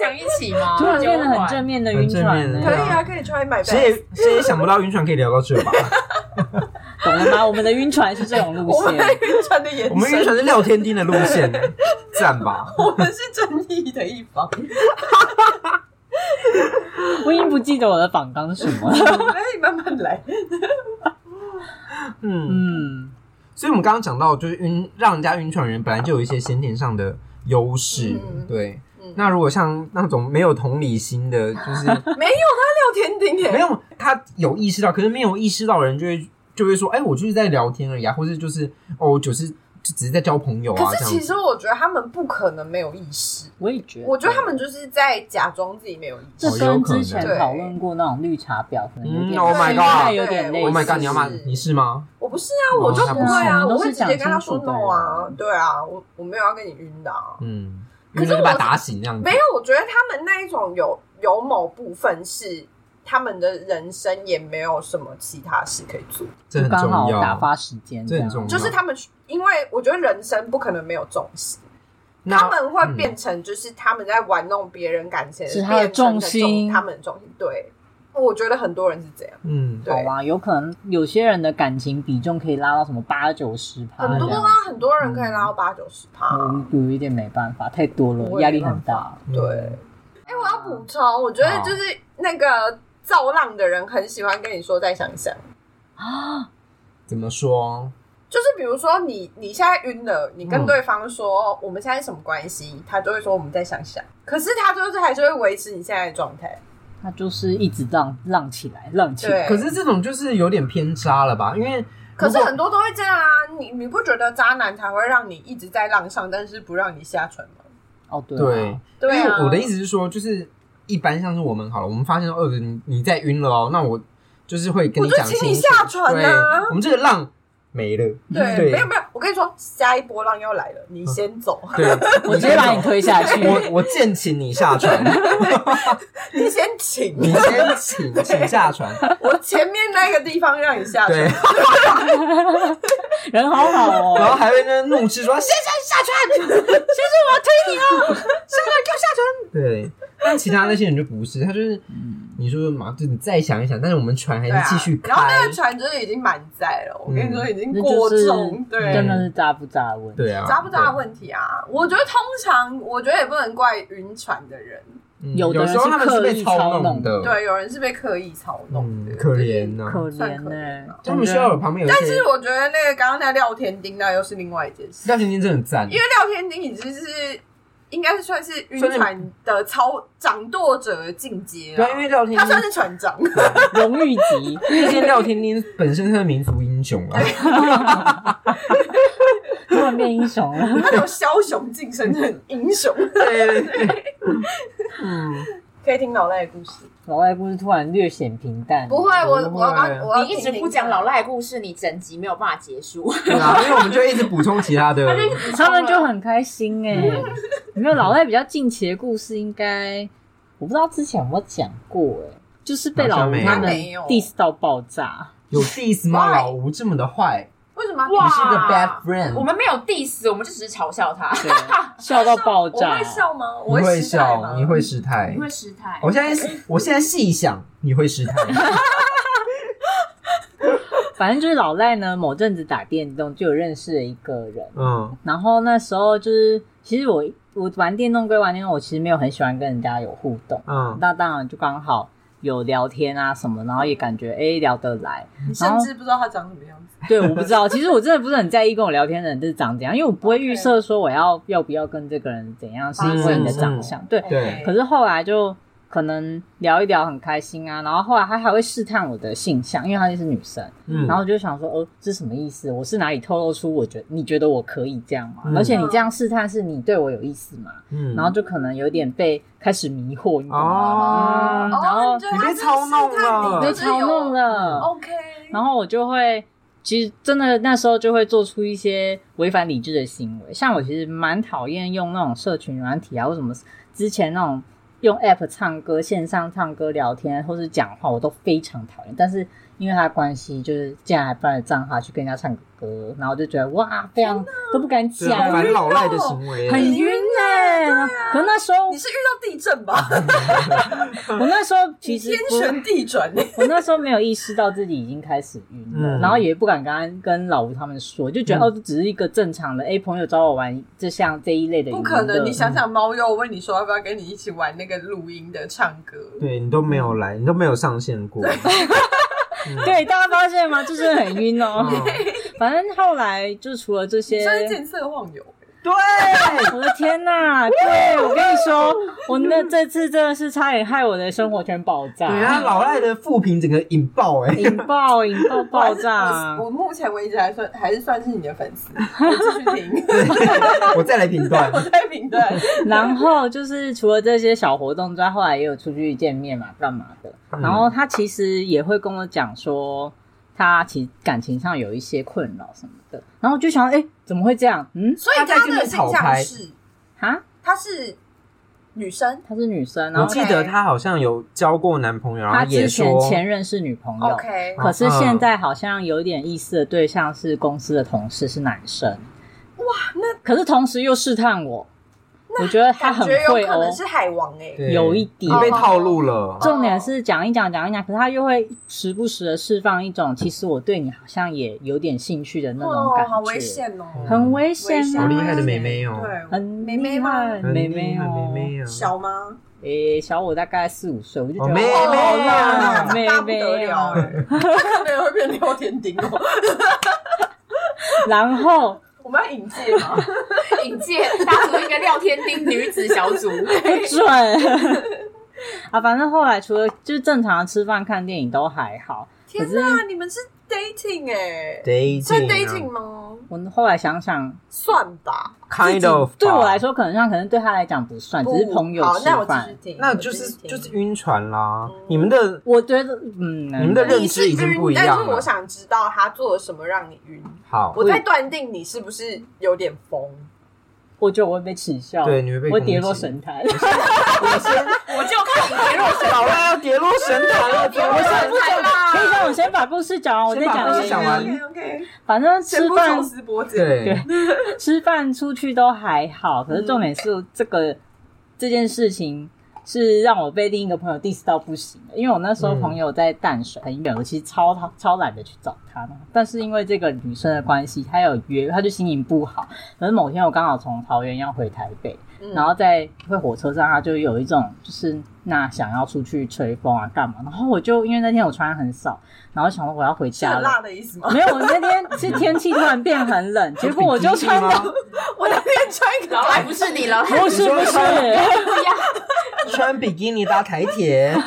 想一起吗？突然变得很正面的晕船很正面呢，的可以啊，可以出来买谁单。 也谁也想不到晕船可以聊到这吧？懂了啦，我们的晕船是这种路我们线， 晕船的延我们晕 伸，船是廖天丁的路线，赞吧？我们是正义的一方。我已经不记得我的访纲是 什么了。哎，慢慢来。嗯，嗯，所以我们刚刚讲到，就是晕让人家晕船的人本来就有一些先天上的优势，嗯对。嗯那如果像那种没有同理心 的，就是没有他聊天顶耶，没有啊他有意识到，可是没有意识到的人就会就会说，哎、我就是在聊天而已啊，或者就是哦，我就是就只是在交朋友啊可这是样其子。实我觉得他们不可能没有意识，我也觉得，我觉得他们就是在假装自己没有意识。这哦有跟可能之前讨论过那种绿茶婊，可能有嗯点，Oh my 现在 god，有点类 Oh 似。 my god，你要骂是你是吗？我不是啊，哦我就不会那啊，不是我会直接跟他说你都是讲清楚的 no 啊，对啊，我我没有要跟你晕的啊。嗯，可是晕了就把我他打醒这样子。没有，我觉得他们那一种有有某部分是他们的人生也没有什么其他事可以做，这很就刚重好要，打发时间，这很样重要。就是他们因为我觉得人生不可能没有重心，那他们会嗯变成就是他们在玩弄别人感情，是他的变成重心他们的重心。对，我觉得很多人是这样，嗯，对好吧，有可能有些人的感情比重可以拉到什么八九十趴，很多啊，很多人可以拉到八九十趴。我有一点没办法，太多了，我也压力很大。嗯对，哎、我要补充，我觉得就是那个造浪的人很喜欢跟你说再想想，怎么说？就是比如说你你现在晕了，你嗯跟对方说、哦我们现在什么关系，他就会说我们再想想，可是他就是还是会维持你现在的状态，他就是一直浪浪起来，浪起来。对可是这种就是有点偏渣了吧？因为可是如果很多都会这样啊，你你不觉得渣男才会让你一直在浪上，但是不让你下船吗？哦，对对啊，，对因为啊，我的意思是说，就是一般像是我们好了，我们发现哦，你你在晕了哦，那我就是会跟我就讲请清你楚下船啊对，我们这个浪 没了，对，对没有没有，我跟你说，下一波浪要来了，你先走， 对，我直接把你推下去。 我我建请你下 船，你先请，你先请请下船，我前面那个地方让你下船对，，人好好然后哦，还会在那怒斥说先生下船，先生我要推你哦，下船给我下船。对，但其他那些人就不是，他就是你说嘛，就你再想一想，但是我们船还对啊是继续开嗯然后，那个船就是已经满载了，我跟你说已经 那过就是重，真对，的是渣不渣的问题。对啊，扎不扎的问题啊？我觉得通常，我觉得也不能怪晕船的人，嗯有的有人时候他们是是刻被意操弄弄的，，对，有人是被刻意操弄嗯的，，可怜呐，可算怜欸可怜呢啊，他们需要有旁边有一但是些。我觉得那个刚刚那廖天丁那又是另外一件事，廖婷婷真的很赞因，为廖天丁已经是应该是算是晕算是船的操掌舵者的境界对了啊，因，为廖天他算丁，是船 长，荣誉级， 因为廖天丁本身是民族英雄啊，突然变英雄了。他有枭雄精神，很英雄，对对对，嗯， 可以听老赖的故事。老外故事突然略显平淡，不会，啊我不我会要我要你一直听不听讲看老赖的故事，你整集没有办法结束。对啊，因为我们就一直补充其他的，他们就很开心哎、嗯没有老赖比较近期的故事，应该我不知道之前有没有讲过哎、就是被老好像吴没有他们没有 diss 到爆炸。有 diss 吗？ Why？老吴这么的坏，为什么要你哇是个 bad friend，我们没有 diss，我们就只是嘲笑他。 对，笑到爆我炸会。笑吗？我你会失态笑，吗你会失态你。会失态。我现在我现在细想，你会失态。反正就是老赖呢，某阵子打电动就有认识了一个人，嗯然后那时候就是，其实我我玩电动归玩电动，我其实没有很喜欢跟人家有互动。嗯，那当然就刚好有聊天啊什么，然后也感觉哎、聊得来。你甚至不知道他长什么样子。对，我不知道，其实我真的不是很在意跟我聊天的人是长怎样，因为我不会预 OK 设说我要要不要跟这个人怎样，是因为你的长相。对，对可是后来就可能聊一聊很开心啊，然后后来他还会试探我的性向，因为她就是女生，嗯，然后我就想说，哦，这什么意思？我是哪里透露出我觉你觉得我可以这样吗？嗯而且你这样试探是你对我有意思吗？嗯然后就可能有点被开始迷惑，你懂吗？哦嗯，然后你觉得你他被是操弄试探你了被就是有嘲弄了。 OK，然后我就会，其实真的那时候就会做出一些违反理智的行为。像我其实蛮讨厌用那种社群软体啊，或什么之前那种用 App 唱歌、线上唱歌、聊天或是讲话，我都非常讨厌。但是因为他的关系，就是竟然还办了账号去跟人家唱歌，然后我就觉得哇，非常都不敢对啊讲，反老赖的行为，很晕哎、对，可那时候你是遇到地震吧？我那时候其实天不旋地转呢、我那时候没有意识到自己已经开始晕了，嗯然后也不敢跟跟老吴他们说，就觉得、嗯哦，这只是一个正常的，哎、朋友找我玩这项这一类的娱乐，不可能！你想想，猫又问你说要不要跟你一起玩那个录音的唱歌，对你都没有来，你都没有上线过。对大家发现吗？就是很晕哦。嗯 反正后来就除了这些，算是见色忘友。我的天呐！对我跟你说，我那这次真的是差点害我的生活全爆炸，对啊，老赖的副评整个引爆 哎、引爆引爆爆炸我！我目前为止还算还是算是你的粉丝，我继续听，我再来评断。我在评断。然后就是除了这些小活动之外，后来也有出去见面嘛，干嘛的。嗯然后他其实也会跟我讲说，他其实感情上有一些困扰什么的。然后我就想，哎，怎么会这样？嗯，所以他的形象是，哈，她是女生她是女生，然我后记得她好像有交过男朋友，然她后也之前说前任是女朋友。 ，OK，可是现在好像有点意思的对象是公司的同事，是男生。哇，那可是同时又试探我，我觉得他感很觉有会可哦，能是海王哎、 对有一点你被套路了。重点是讲一讲讲一讲，可是他又会时不时的释放一种，其实我对你好像也有点兴趣的那种感哦，觉，好危，险哦，很危险啊！好厉害的妹妹哦对，很妹妹吗厉害妹妹哦很，妹妹哦，小吗？诶，小我大概四五岁，我就觉得哦妹妹哇啊妹那长大不得妹了啊，欸，可能会变六天顶哦。然后我们要引介吗？引介搭组一个廖天丁女子小组，不准 啊，反正后来除了就是正常的吃饭、看电影都还好，可天是哪，你们是 dating 欸哎、 dating 算啊 dating 吗？我后来想想，算吧，自己 kind of 吧对我来，说可能像，可能对他来讲不算，只是不朋友好，吃那我继续饭。听，那我就继续是听就是晕船啦。哦你们的我觉得，嗯，你们的认知已经不一样了但是我想知道他做了什么让你晕，好，我在断定你是不是有点疯。我觉得我会被耻笑，对你会被我会跌攻击落神坛。我就看你弱小。老赖要跌落神坛了，怎么神坛可以啦！让我先把故事讲完，我再先把讲故原事因。讲完 OK，反正全吃部饭抽丝剥茧。对，吃饭出去都还好，嗯可是重点是这个、这件事情是让我被另一个朋友 diss 到不行的，因为我那时候嗯朋友在淡水很远，我其实超超超懒得去找他嘛。但是因为这个女生的关系，她有约，她就心情不好。可是某天我刚好从桃园要回台北，嗯然后在会火车上，她就有一种就是那想要出去吹风啊干嘛，然后我就因为那天我穿很少，然后想说我要回是家很了。辣的意思吗？ 没有，我那天是天气突然变很冷，结果我就穿到我那天穿一个老赖不是你 了，不是不是，穿比基尼搭台铁，太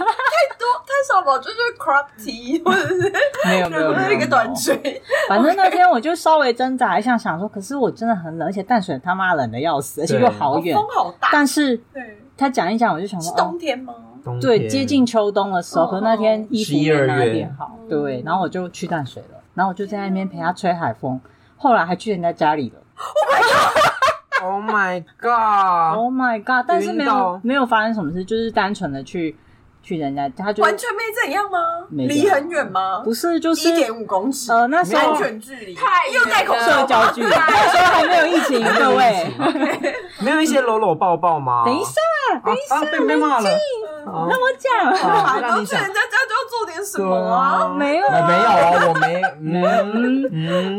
少吧，就是 crop T 或者是没有没有没有一个 短裙，反正那天我就稍微挣扎一下，想说，可是我真的很冷，而且淡水他妈冷的要死，而且又好远。风好大。但是对，他讲一讲，我就想是说，哦冬天吗？冬对，天接近秋冬的时候，哦可是那天衣服没拿12一月点好，对，然后我就去淡水了，然后我就在那边陪他吹海风，后来还去人家家里了。 ，Oh my god， Oh my god！但是没啊晕有到没有发生什么事，就是单纯的去去人家，他就完全没怎样吗？没怎离样很远吗？不是就是一点五公尺，呃那时候安全距离。太又戴口社交距离，那时候还没有疫情， 各位。没有一些搂搂抱抱吗？等一下，等一下，啊被被骂了，好让我讲。好然让后你去讲人。家家就要做点什么对啊？啊没有啊我没有啊，我没，嗯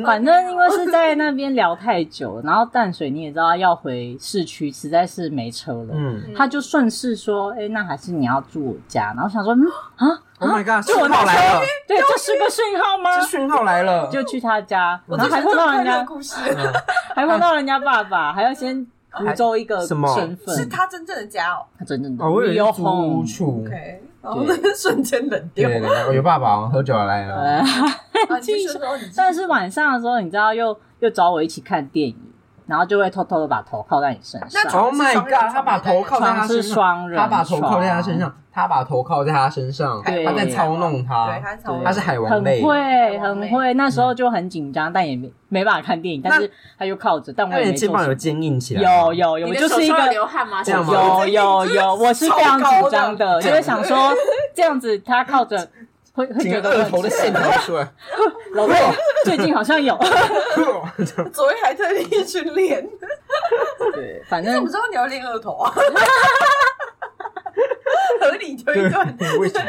嗯，反正因为是在那边聊太久，然后淡水你也知道要回市区，实在是没车了。嗯他就顺势说：“哎、那还是你要住我家。”然后想说：“嗯啊， ，Oh my god，就我讯那号来了，对，这是个讯号吗这讯号来 了？”，嗯就去他家，我然后还碰到人的家，故事，还碰到人家爸爸，还要先泸州一个什么身份，是他真正的家哦。他真正的哦，我以为有是租屋处， OK，然后瞬间冷掉。对，我有爸爸哦，喝酒来了，哎啊，你继续说，你继续 但是晚上的时候，你知道又又找我一起看电影，然后就会偷偷的把头靠在你身那上。床 Oh my 是双人 god！他把头靠在他床是身上，双人他床，把头靠在他身上，他把头靠在他身上，对他在操弄对，他，他从对他是海王很类。会，王妹很会。那时候就很紧张，但也没没办法看电影，但是他就靠着，但我那也你没的肩做膀什有么。坚硬起来吗？有有有，你我的就手是一上有个流汗吗？这样吗有有有，我是非常紧超张的，因为想说这样子他靠着会会觉得整个我额很头的奇线条出来，怪老公最近好像有， 昨天还特地去练，对，反怎正么知道你要练二头啊？合理推对断，，为什么？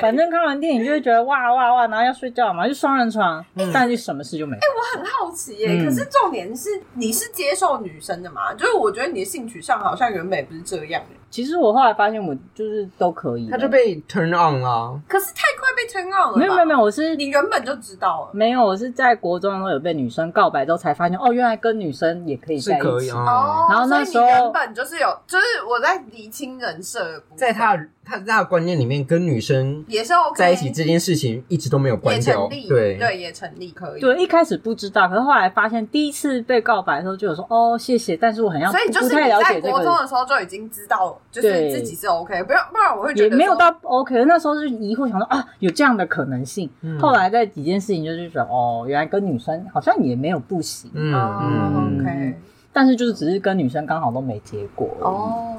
反正看完电影就会觉得哇哇哇，然后要睡觉嘛，就双人床，但就什么事就没有。很好奇耶、嗯可是重点是你是接受女生的嘛？就是我觉得你的性取向好像原本也不是这样耶、其实我后来发现我就是都可以，他就被 turn on 啦、可是太快被 turn on 了吧，没有没有没有，我是你原本就知道了。没有，我是在国中的时候有被女生告白之后才发现，哦，原来跟女生也可以是在一可以起。啊。哦然后那哦所以时你候原本就是有，就是我在厘清人设的部分，在他的他在他的观念里面，跟女生也是 OK 在一起这件事情一直都没有关也掉成，立，对，也成立，可以，对，一开始不知道，可是后来发现，第一次被告白的时候就有说哦谢谢，但是我好像所以就不是太你了在解这国中个，的时候就已经知道，就对是自己是 OK，不要不然我会觉也得没有说到 OK。那时候是疑惑，想说啊有这样的可能性。嗯后来在几件事情就是觉得哦，原来跟女生好像也没有不行，嗯哦嗯， OK 但是就是只是跟女生刚好都没结果而已。哦，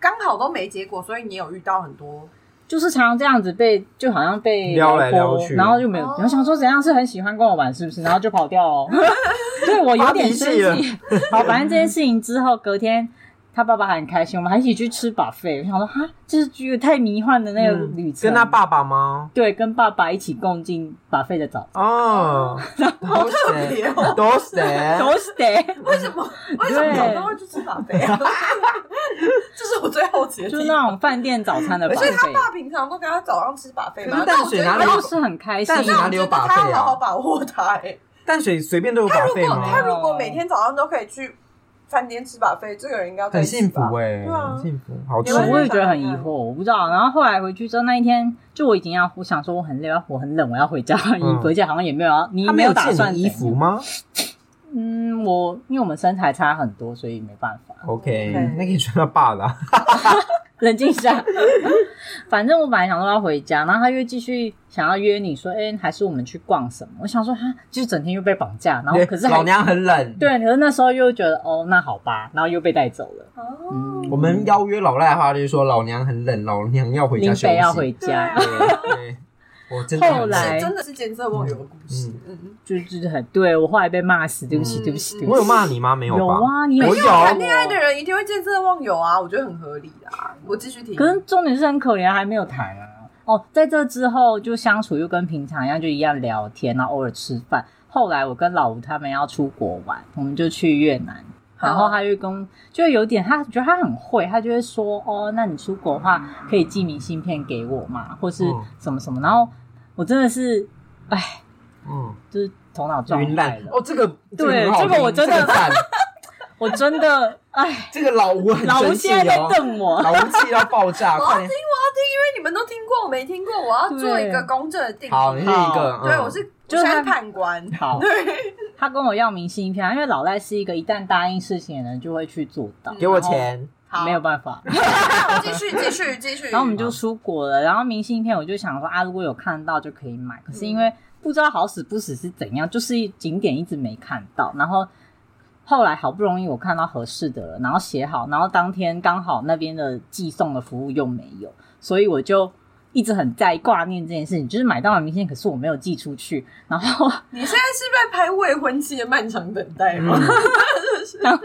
刚好都没结果，所以你有遇到很多就是常常这样子被，就好像被撩来拨撩去然后就没有，哦然后想说怎样是很喜欢跟我玩，是不是？然后就跑掉哦。 对我有点生发脾气。 好，反正这件事情之后，隔天他爸爸还很开心，我们还一起去吃 buffet。我想说，哈，这是一个太迷幻的那个嗯旅程。跟他爸爸吗？对，跟爸爸一起共进 buffet 的早餐。哦，都谁？别哦，都谁？都是的，为什么为什么小时候会去吃法菲啊？ 这是我最好奇的就地是方。那种饭店早餐 的 buffet。所以他爸平常都跟他早上吃法菲可吗？是但淡我水觉得哪他里就？是很开心但。是哪里有把他费要好好啊？把握他哎，淡水随便都有把如费果他吗？如果每天早上都可以去饭店吃法菲，这个人应该要很开心幸福吧哎，对啊很幸福，好吃有。人我也觉得很疑惑，我不知道。然后后来回去之后，那一天就我已经要，我想说我很累，我很冷，我要回家换衣服，嗯而且好像也没有要，你他没没有打借算你衣服？吗嗯，我因为我们身材差很多，所以没办法。 ？OK， OK 那可以穿到爸的啊。冷静一下， 反正我本来想说要回家，然后他又继续想要约你说，哎、还是我们去逛什么？我想说哈，就是整天又被绑架，然后可是老还娘很冷。对，可是那时候又觉得哦，那好吧，然后又被带走了。哦。嗯，我们邀约老赖的话，就是说老娘很冷，老娘要回家林休北息。要回对家啊，对，对我真的后很来冷。是真的是监测网友的故事，嗯，就就是很对我后来被骂死，对不起，嗯对不起，对不起我有骂你吗？没有吧？啊，你我有有谈恋哦爱的人一定会见色忘友啊，我觉得很合理啦。我继续听，可是重点是很可怜，还没有谈啊。哦，在这之后就相处又跟平常一样，就一样聊天，然后偶尔吃饭。后来我跟老吴他们要出国玩，我们就去越南，然后他就跟就有点他觉得他很会，他就会说哦，那你出国的话可以寄明信片给我嘛，或是嗯什么什么。然后我真的是，哎，嗯，就是头脑撞云坏南了，哦，这个对很好这个我听真的这个 赞我真 的哎，这个老吴很老吴生气现在在哦，瞪我，老吴气到爆 炸，快点！因为你们都听过，我没听过，我要做一个公正的定义。好，你是一个，对，嗯我是就就是是他判官，好，他跟我要明信片啊，因为老赖是一个一旦答应事情的人就会去做到，嗯给我钱，然好，后，没有办法。继续继续继续。 然后我们就出国 了，然后明信片我就想说啊，如果有看到就可以买，可是因为不知道好死不死是怎样，就是景点一直没看到，然后。后来好不容易我看到合适的了，然后写好，然后当天刚好那边的寄送的服务又没有，所以我就一直很在意挂念这件事情，就是买到了明信片，可是我没有寄出去，然后你现在是在拍未婚妻的漫长等待嗯吗？嗯然后，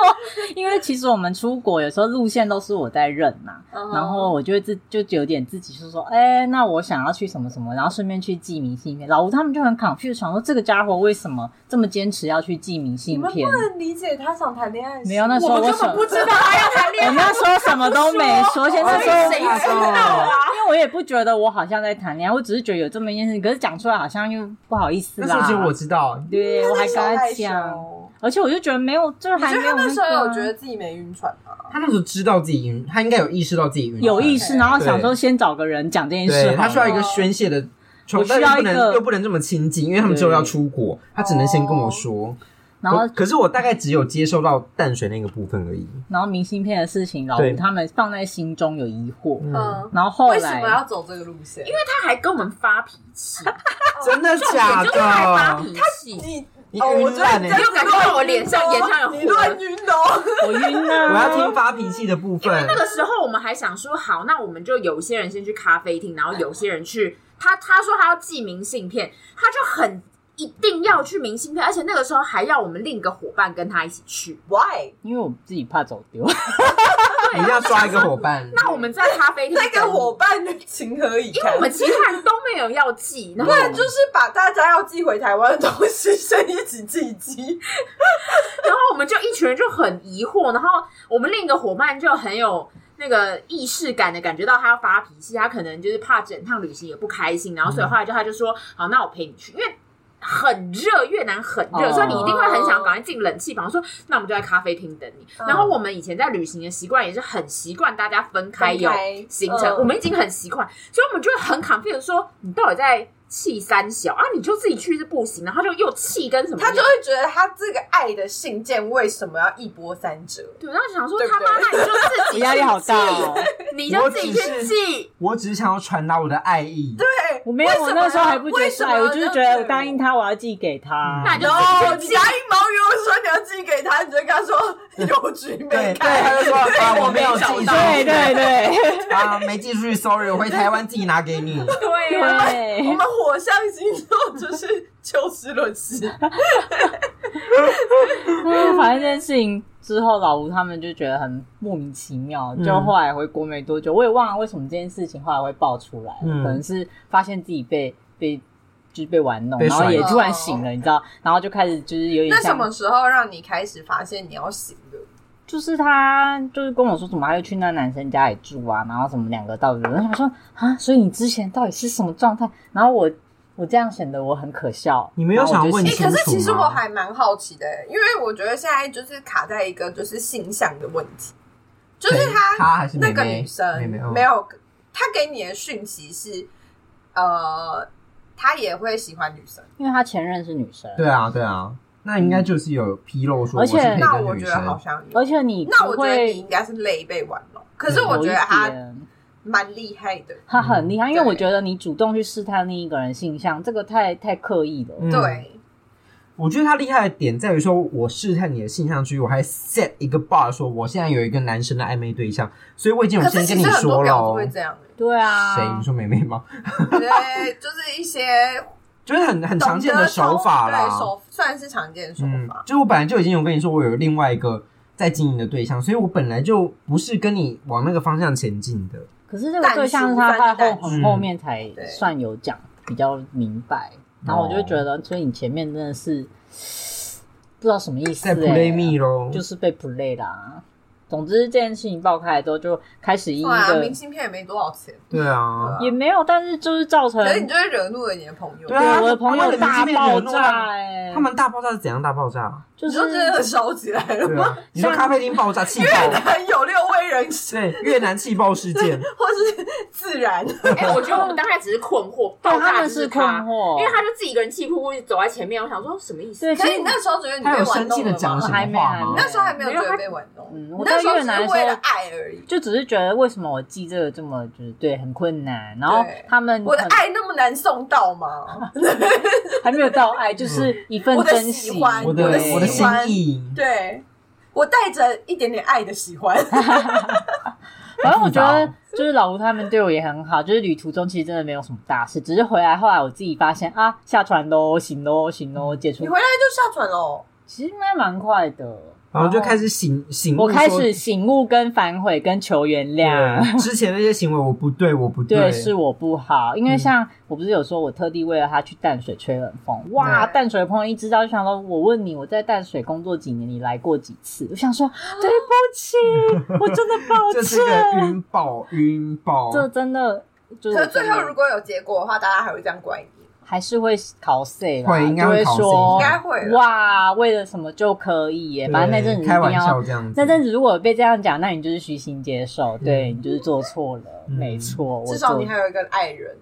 因为其实我们出国有时候路线都是我在认呐、嗯然后我就会自就有点自己就说，哎、那我想要去什么什么，然后顺便去寄明信片。老吴他们就很 confused，想说这个家伙为什么这么坚持要去寄明你信们片不？能理解他想谈恋爱的心，没有那时候我我们根什本不知道他要谈恋我那时候什么都没说，先那时爱，候谁知道啊？因为我也不觉得我好像在谈恋爱，我只是觉得有这么一件事，可是讲出来好像又不好意思那啦时候。其实我知道，对，我还跟小他害讲，羞。哦而且我就觉得没有，就是你还觉没得他有那时候个嗯啊有觉得自己没晕船吗？他那时候知道自己晕，他应该有意识到自己晕，有意识，然后想说对先找个人讲这件事好对了，他需要一个宣泄的。我床，需要但又不一个能又不能这么亲近，因为他们之后要出国，他只能先跟我说。然后我可是我大概只有接受到淡水那个部分而已。然后明信片的事情，老对吴他们放在心中有疑惑，嗯，嗯，然后后为什么来要走这个路线？因他还跟我们发脾气，真的假就是他还发的？脾气，你你哦我觉晕得烂你欸在你有感觉到我脸上眼上有哦你火。乱晕 哦，我晕啊了、 我要听发脾气的部分。那个时候我们还想说，好，那我们就有些人先去咖啡厅，然后有些人去。他他说他要寄明信片，他就很一定要去明信片，而且那个时候还要我们另一个伙伴跟他一起去。 Why？因为我自己怕走丢，你一定要抓一个伙伴。那我们在咖啡厅那个等你伙，伴的情何以因为堪我？们其他人都没有要寄，然 不后然就是把大家要寄回台湾的东西先一起寄寄，然后我们就一群人就很疑惑，然后我们另一个伙伴就很有那个意识感的感觉到他要发脾气，他可能就是怕整趟旅行也不开心，然后嗯所以后来就他就说：“好，那我陪你去。”因为很热，越南很热，哦所以你一定会很想赶快进冷气房。说那我们就在咖啡厅等你。嗯然后我们以前在旅行的习惯也是很习惯大家分开有分开行程，嗯我们已经很习惯，所以我们就会很 confused 说你到底在气三小啊？你就自己去是不行，然后就又气跟什么一 样？他就会觉得他这个爱的信件为什么要一波三折？对，然后就想说对不他妈，对那你就自己压力好大哦。去，你就 自己去我只是记。我只是想要传达我的爱意。对，对，我没有，我那时候还不觉为得什是么爱，我就是觉得我对答应他，我要寄给他。那你就然 后自你己去答记。应毛鱼，我说你要寄给他，你就跟他说邮局没对，开，他就说啊，我没有寄出去，对对对啊，没寄出去，sorry，我回台湾自己拿给你。对啊，我对，们火象星座就是 就事论 事，嗯反正这件事情之后，老吴他们就觉得很莫名其妙。嗯就后来回国没多久，我也忘了为什么这件事情后来会爆出来，嗯可能是发现自己被被就是被玩弄，被然甩后也了突然醒了，你知道，然后就开始就是有点哦那什像么时候让你开始发现你要醒的？就是他就是跟我说什么，他就去那男生家里住啊，然后什么两个到底，我想说啊，所以你之前到底是什么状态？然后我我这样显得我很可笑。你没有然后我就想问写你哎、可是清楚其实吗我还蛮好奇的、欸因为我觉得现在就是卡在一个就是性向的问题，就是他他还是妹那妹个女生妹妹嗯没有，他给你的讯息是，呃，他也会喜欢女生，因为他前任是女生，对啊，对啊，那应该就是有披露说，而且可以那跟我女觉生得好像有，而且你那我不觉得你会应该是累被玩弄，可是嗯我觉得有一他点蛮厉害的，他很厉害，因为对我觉得你主动去试探另一个人性向，这个太太刻意了。嗯对，我觉得他厉害的点在于说，我试探你的性向区，我还 set 一个 bar，说我现在有一个男生的暧昧对象，所以我已经有可先是跟其你实很多说婊了子。会这样、欸对啊，谁？你说妹妹吗？，对， 就是一些就是很很常见的手法啦。对手算是常见的手嗯法，，就是我本来就已经有跟你说，我有另外一个在经营的对象，所以我本来就不是跟你往那个方向前进的。可是这个对象是他淡在出后淡出后面才对算有讲，比较明白。然后我就会觉得，所以你前面真的是不知道什么意思、欸，在 play me 咯，就是被 play 啦。总之这件事情爆开之后，就开始一一对啊，个明信片也没多少钱，对啊，也没有，但是就是造成可是你就会惹怒了你的朋友，对啊我的朋友大爆他们的明信片惹怒他炸哎、他们大爆炸是怎样大爆炸？就你是就真的烧起来了对吗？ 啊，你说咖啡厅爆炸气爆，很有六位人士，对越南气爆事 件，或是自然， 哎，我觉得我们当下只是困 惑，对爆他炸们就是困他，惑，因为他就自己一个人气呼呼走在前面，我想说什么意思？对，其可实是你那时候觉得你他被有玩生气弄的了讲什吗？还么没话还没吗你？那时候还没有觉得被玩弄，嗯你我那在时候越只南的是时候为了爱而嗯已。就只是觉得为什么我记这个这么就是对很困难，然后对他们我的很爱那么难送到吗？还没有到爱，就是一份我的珍喜惜，欢我的我的喜我的心欢意，对。我带着一点点爱的喜 欢，反正我觉很得复哦就是老吴他们对我也很好，就是旅途中其实真的没有什么大事，只是回来后来我自己发现啊，下船喽，行喽，行喽，解嗯除你回来就下船喽。其实应该蛮快的。然后就开始醒醒悟说，我开始醒悟、跟反悔、跟求原谅。对之前那些行为我不对，嗯我不对，是我不好，因为像我不是有说，我特地为了他去淡水吹冷风，哇！对淡水的朋友一知道就想说，我问你，我在淡水工作几年，你来过几次？我 想说，对不 起，我真的抱这歉是个，晕爆晕爆，这真的就是可我是最真后的如果有结果的话，大家还会这样怪你。还是会考 C 啦，会应该就会会考 C 应说该会啦哇，为了什么就可以耶？对反正那阵子一开定玩要笑，这样子，那阵子如果被这样讲，那你就是虚心接受，对你就是做错了，嗯没错，我至少做你还有一个爱人，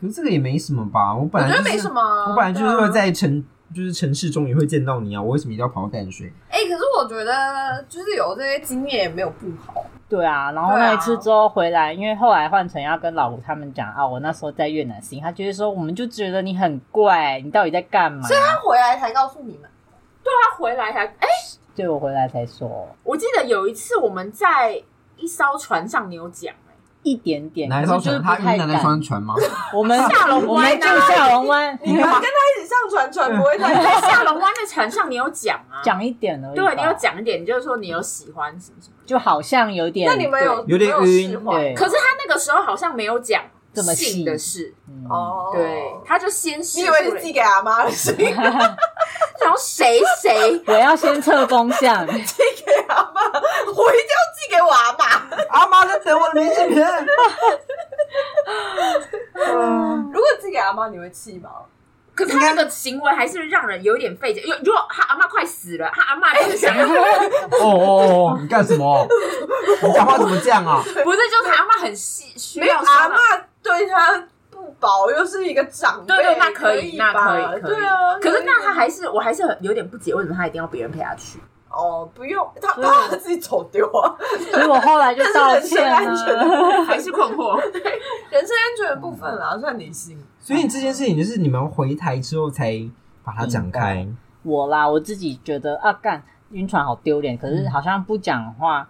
可是这个也没什么吧？我我本来觉得就是没什么啊。我本来就是对啊会在城，就是城市中也会见到你啊，我为什么一定要跑到淡水？哎、可是我觉得就是有这些经验也没有不好。对啊，然后对啊那一次之后回啊来，因为后来换成要跟老吴他们讲啊，我那时候在越南行，他觉得说我们就觉得你很怪，你到底在干嘛？他回来才告诉你们，他回来还哎，对我回来才说，我记得有一次我们在一艘船上你有讲哎，一点点，哪一可艘是就是船？不他太晕南敢。那艘船吗？我 们下龙我们湾住啊下龙湾， 你们跟他一起上船，船不会太哎在下龙湾的船上，你有讲啊？讲一点而已吧。对，你有讲一点，你就是说你有喜欢什么什么。就好像有 点。那你们有有点晕没有释怀对可是他那个时候好像没有讲这么细性的事，嗯哦？对，他就先你试以出为是了自己给阿妈的信？然后谁谁我要先测风 向，阿妈， 我一定要寄给我阿妈。阿妈在等我的明信 片。哦如果寄给阿妈，你会气吗？可是他那个行为还是让人有点费解。因为如果他阿妈快死了，他阿妈就是想 要，哦哦哦！你干什么？你讲话怎么这样啊？不是就是阿妈很细需没有要说阿的妈。对他不薄，又是一个长辈，对对，那可可以，那吧可以，可以对啊。可是那以他还是，我还是很有点不解，为什么他一定要别人陪他 去？哦，不用，他怕他自己走丢啊。所以我后来就道这是歉啊人身安了。还是困惑？人身安全的部分啦，算理性。所以这件事情就是你们回台之后才把它讲开。我啦，我自己觉得啊，干晕船好丢脸，可是好像不讲话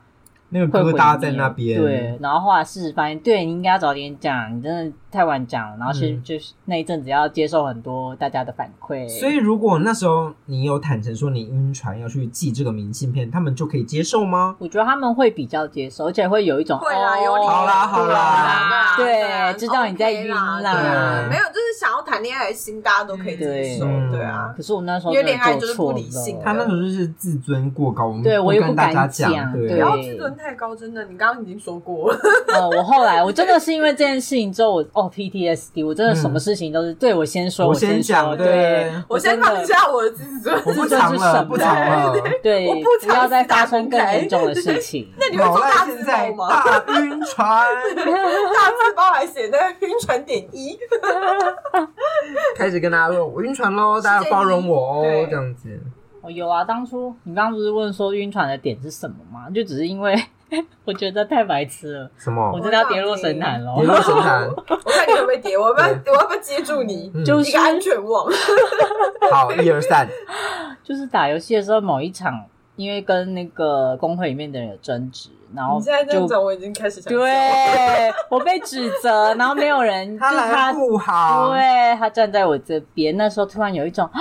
那个会毁疙瘩灭在那边，对，，然后后来事实发现，对你应该要早点讲，你真的太晚讲了，然后其实嗯就是那一阵子要接受很多大家的反馈，所以如果那时候你有坦诚说你晕船要去寄这个明信片，他们就可以接受吗？我觉得他们会比较接受，而且会有一种会啦，哦啊有理。好啦好啦对啊知道你在晕啦 OK 对啊对没有，就是想要谈恋爱的心，大家都可以接受嗯，对对啊。可是我那时候因为真的恋爱做就是错不理了性的他那时候就是自尊过高，我们对我又跟不大家敢讲，讲对，对不要自尊太高，真的，你刚刚已经说过了。呃，我后来我真的是因为这件事情之后，我哦 PTSD，我真的嗯什么事情都是、对我先说，我先先讲，说对，我先真的放下我的自尊，我不藏了，不藏了，对，我不不尝要试再打发生公更开严重的事情。那你会老做大赖字现在报吗？大晕船，大字报还写在晕船点一，开始跟大家说我晕船喽，大家包容我哦对，这样子。哦，有啊，当初你刚刚不是问说晕船的点是什么吗？就只是因为 我觉得太白痴了，什我么？真的要跌落神坛了你。说神坛？我看你会不会跌，我要不要，我要不要接住你？嗯就是一个安全网，好，一二三，就是打游戏的时候，某一场因为跟那个工会里面的人有争执，然后你现在这样就讲，我已经开始想笑。对啊我被指责，然后没有人，就他是来他，不好，对他站在我这边，那时候突然有一种啊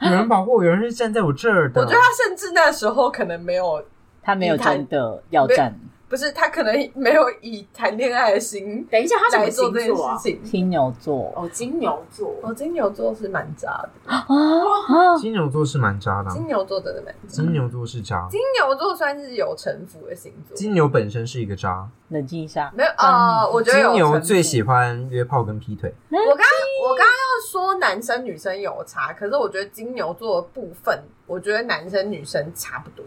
有人保护我，有人是站在我这儿的。我觉得他甚至那时候可能没有，他没有真的要站不是他可能没有以谈恋爱的心等一下，他什来么做星这件座事啊？情。金牛座哦，金牛座。 哦，金牛座是蛮渣的，啊啊，金牛座是蛮渣的哦啊，金牛座真的蛮渣。金牛座是渣，金牛座算是有城府的星座，金牛本身是一个渣。冷静一下，没有呃，我觉得有金牛城府最喜欢约炮跟劈腿，我刚我刚刚要说男生女生有差，可是我觉得金牛座的部分，我觉得男生女生差不多。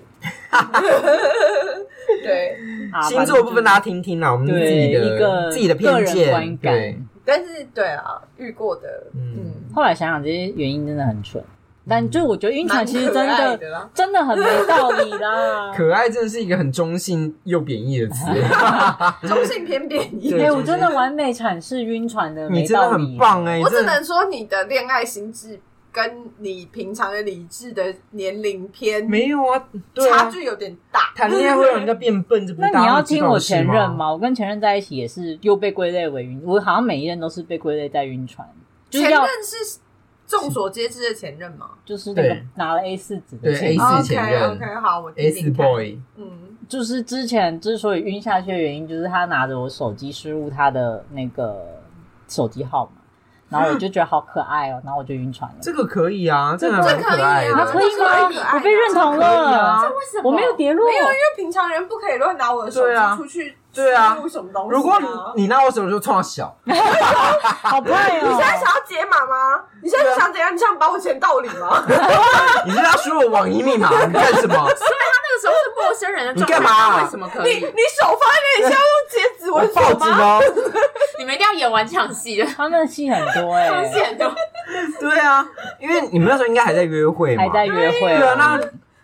对，啊星座部分大家反听听啦，我们自正就是己对一的个自己的个偏人观见，对感。。但是对啊，遇过的，嗯嗯，后来想想，这些原因真的很蠢。但就我觉得晕船其实真蛮可爱的的啦真的很没道理啦。 可爱真的是一个很中性又贬义的 词，中性偏贬义。哎、对我真的完美阐释晕船的你没真的道理。很棒哎、我只真的能说你的恋爱心智跟你平常的理智的年龄偏没有啊，对差啊，距有点大。谈恋爱会让人家变笨，这不那是你大家要都知听道我的事前任吗？吗？我跟前任在一起也是又被归类为晕，我好像每一任都是被归类在晕船，就是嗯前要任是众所皆知的前任吗就是那个对拿了 A 四纸的对前任 A 四？OK 前任 OK，好，我听 S 听看。 boy，嗯，就是之前之所以晕下去的原因，就是他拿着我手机输入他的那个手机号码，然后我就觉得好可爱哦，然后我就晕船了。这个可以啊，这个这蛮可以啊爱他的，可以这是可爱吗？的我被认同可以啊了，为什我么？没有跌落，没有，因为平常人不可以乱拿我的手对啊机出去对啊输入什么东西啊。如果你你拿我手就冲小， 好快哦！你现在想要解码啊吗？你现在是想怎样？你想把我钱道理 吗？你是不是要输入我网银密码，你干什么？那个时候是陌生人的状态，你干嘛为什么可 你以？你手放在那里，你是要用截止我纹报手纸吗？吗？你们一定要演完这场 戏的，他们的戏很多哎、 发现的。 对啊，因为你们那时候应该还在约会嘛，还在约会、对啊，那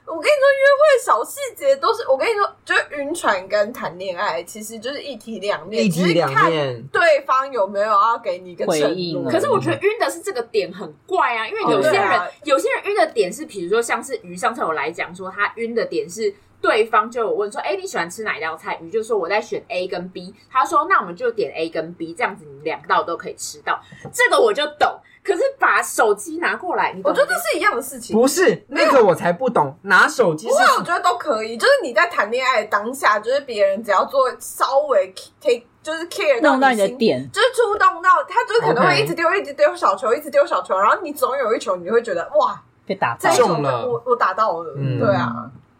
我跟你说，约会小细节都是我跟你说，就是晕船跟谈恋爱其实就是一体两面，一只体是两看面，对方有没有要给你一个承回应诺。啊可是我觉得晕的是这个点很怪啊，因为有些哦对人、啊有些人晕的点是，比如说像是于上次有来讲说他晕的点是对方就有问说：“哎、你喜欢吃哪一道菜？”鱼就说：“我在选 A 跟 B。”他说：“那我们就点 A 跟 B，这样子你两道都可以吃到。”这个我就懂。可是把手机拿过来，你懂我吗觉得这是一样的事情。不是那个我才不懂，拿手机不会，我是觉得都可以。就是你在谈恋爱的当下，就是别人只要做稍微 take，就是 care 弄到到你的心，点，就是触动到他，就是可能 OK 会一直丢，一直丢小球，一直丢小球，然后你总有一球，你会觉得哇，被打这到一。球中了我我打到了，嗯对啊，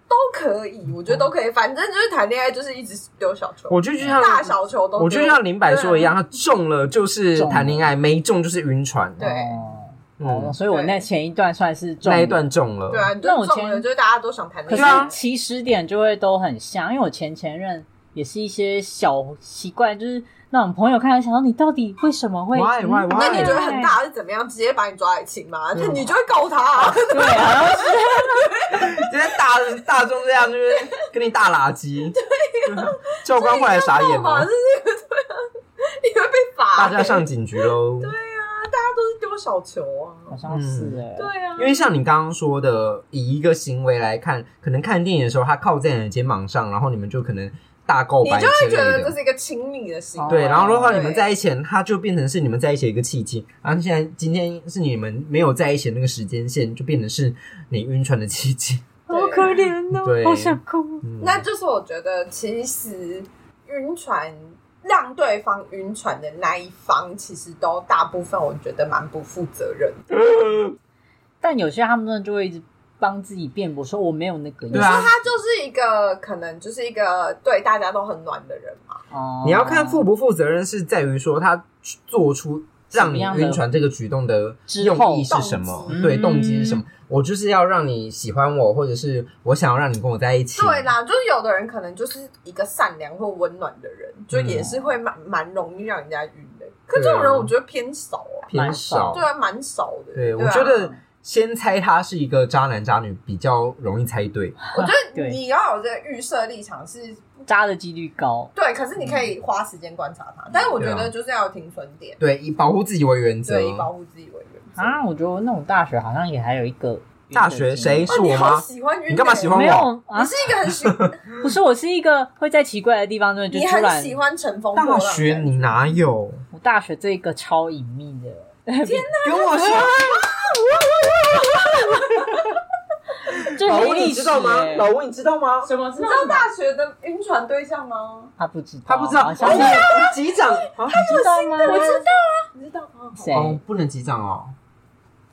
都可以，我觉得都可以。反正就是谈恋爱就是一直丢小球，我就就像大小球都丢啊我就像林柏说一样，他中了就是中了谈恋爱，没中就是晕船。啊对哦哦嗯，所以我那前一段算是中那一段中了。对啊，你那我就中前了，就是大家都想谈可恋是啊爱。起始点就会都很像，因为我前前任也是一些小习惯，就是那种朋友看了想说你到底为什么会 Why, why, 嗯 why？那你觉得很大是怎么样？直接把你抓来亲吗？那你就会告他啊，对，然 后直接大大众这样就是跟你大垃圾，啊 教官会来傻眼嘛， 吗就？是啊你会被罚大。家上警局啊喽。大家都是丢小球啊。好像是哎、对啊，因为像你刚刚说的，以一个行为来看，可能看电影的时候他靠在你的肩膀上，然后你们就可能大告你白就会之类觉得这的。是一个亲密的行为。对，然后如果对你们在一起，他就变成是你们在一起的一个契机。然后现在今天是你们没有在一起的那个时间线，就变成是你晕船的契机。好可怜对哦，好想哭。嗯那就是我觉得，其实晕船让对方晕船的那一方，其实都大部分我觉得蛮不负责任的。但有些他们真的就会一直帮自己辩驳，说我没有那个意思。对啊他就是一个可能就是一个对大家都很暖的人嘛。哦你要看负不负责任，是在于说他做出让你晕船这个举动的用意是什么之后，动机对，动机是什么？我就是要让你喜欢我，或者是我想要让你跟我在一起。对啦，就是有的人可能就是一个善良或温暖的人，就也是会蛮嗯蛮容易让人家晕啊的。可这种人我觉得偏少哦、偏少。对啊，蛮少的。对，我啊觉得先猜他是一个渣男渣女比较容易猜对。我觉得对你要有这个预设立场是渣的几率高。对，可是你可以花时间观察他，但是我觉对啊得就是要有停损点，对，以保护自己为原则对，。以保护自己为原则。哦啊，我觉得那种大学好像也还有一个大学谁哦是我你好吗？喜欢晕的你干嘛喜欢没有你啊？是一个 很喜，不是，我是一个会在奇怪的地方真的你就突很然。哦喜欢啊乘风破浪大的人。学你哪有？我大学这一个超隐秘的，跟我说，这老吴黑历你史知道吗？欸老吴你知道吗？什么知你知道大学的晕船对象吗？他不知道，他不知道，哦好我像是击掌，啊知道吗？我知道你知道吗？谁？哦，不能击掌哦。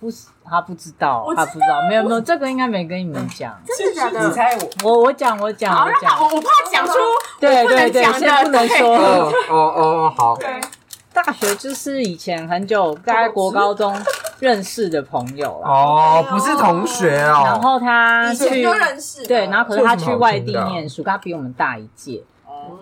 不是他不知道我，知他道不知道，没有没有，这个应该没跟你们讲。真的假你的？猜我？我我讲我讲好，我让我讲，我怕讲出对我不能对对，讲的先不能对说。哦哦哦，好，对，大学就是以前很久，大概国高中认识的朋友啦，哦，不是同学然哦，后他以前去就认识了，对，然后可是他去外地这有什么好听的念书，他比我们大一届。嗯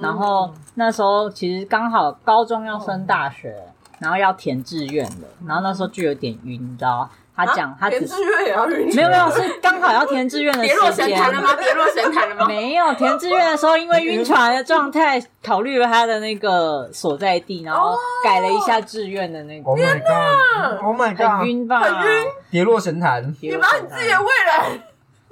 然后那时候其实刚好高中要升大学，然后要填志愿了，然后那时候就有点晕，你知道吗？他讲、啊他只连志愿也要晕船，没有没有是刚好要填志愿的跌落时神坛了间，吗？跌落神坛了吗？没有填志愿的时候，因为晕船的状态，考虑了他的那个所在地，然哦后改了一下志愿的那个， Oh my god！Oh my 很 god！晕吧？很晕，跌落神坛，你你把啊你自己的未来，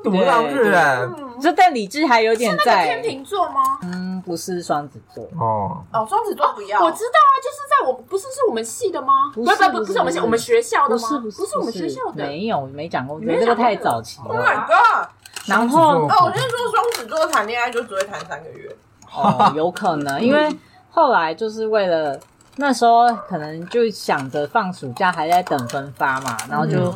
独浪日哎。就但理智还有点在天，秤座吗？嗯，不是双子座，哦，哦，双子座不要，我知道啊，就是在我不是是我们系的吗？不不是不不不是是我们系我们学校的不吗？是不不是是我们学校的。没有没讲过，我觉没得这有个讲过太这个早期 Oh 了。哦 my god！然后哦，我跟你说，双子座谈恋爱就只会谈三个月，哦，有可能，因为后来就是为了那时候可能就想着放暑假还在等分发嘛，然后就、嗯哦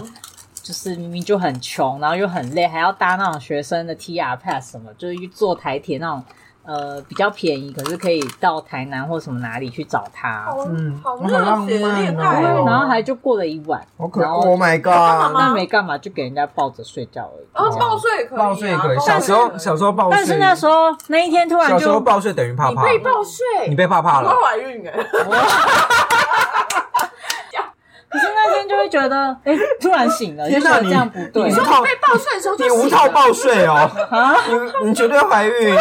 就是明明就很穷，然后又很累，还要搭那种学生的 TR Pass 啊什么，就是去坐台铁那种。呃，比较便宜，可是可以到台南或什么哪里去找他，好嗯好我好浪热血的恋漫对爱哦，哦然后还就过了一晚，好可然后，Oh my god！但没干嘛，就给人家抱着睡觉而已。哦，报税也可以啊，报税可以，报小时候也小时候报税，但是那时候那一天突然小时候就报税等于怕你怕，被报税你，被怕怕可以我了，会怀孕哎，可是那天就会觉得，哎、突然醒了，就天觉哪得你这样不对。你你是说靠你被报税的时候就你无醒套了报税哦，啊，你你绝对怀孕，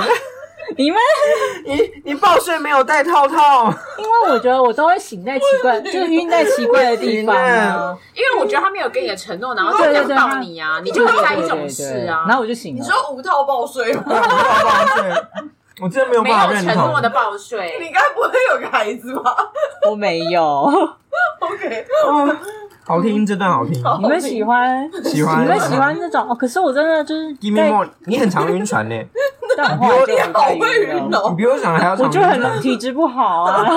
你们，你你报税没有带套套，因为我觉得我都会醒在奇怪，就是晕在奇怪的地方 啊。因为我觉得他没有给你的承诺，然后对就对要对到你啊，你对就会对干一对种对事对啊，然后我就醒你了。说无套报税吗？ 报税，我真的没有没办法有认承诺同的。报税，你该不会有个孩子吧我没 有。 ？OK，哦好听，这段好听，你们喜欢？喜欢你们喜欢这种？哦，可是我真的就是 Give me 在 more，你很常晕船呢，但我后来就你不好太会晕晕了。你哦，比我想的还要我常就晕很船，体质不好啊，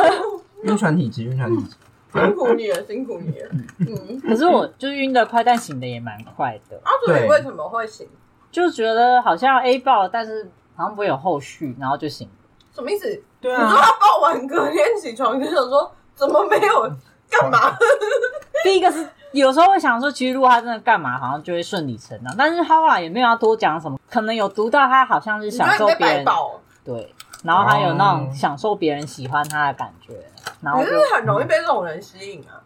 晕船体质，晕船体质。辛苦你了，辛苦你了。嗯， 啊可是我就是晕得快，但醒得也蛮快的，阿祖，你为什么会醒？就觉得好像 A 爆，但是好像不会有后续，然后就醒了。什么意思？你对说啊，他报完隔天起床就想说，怎么没有？干哦嘛？第一个是有时候会想说，其实如果他真的干嘛，好像就会顺理成章。但是他后来也没有要多讲什么，可能有读到他好像是你享觉得受你被别白人保？对，然后他有那种哦享受别人喜欢他的感觉，然后你我是就嗯不是很容易被这种人吸引啊？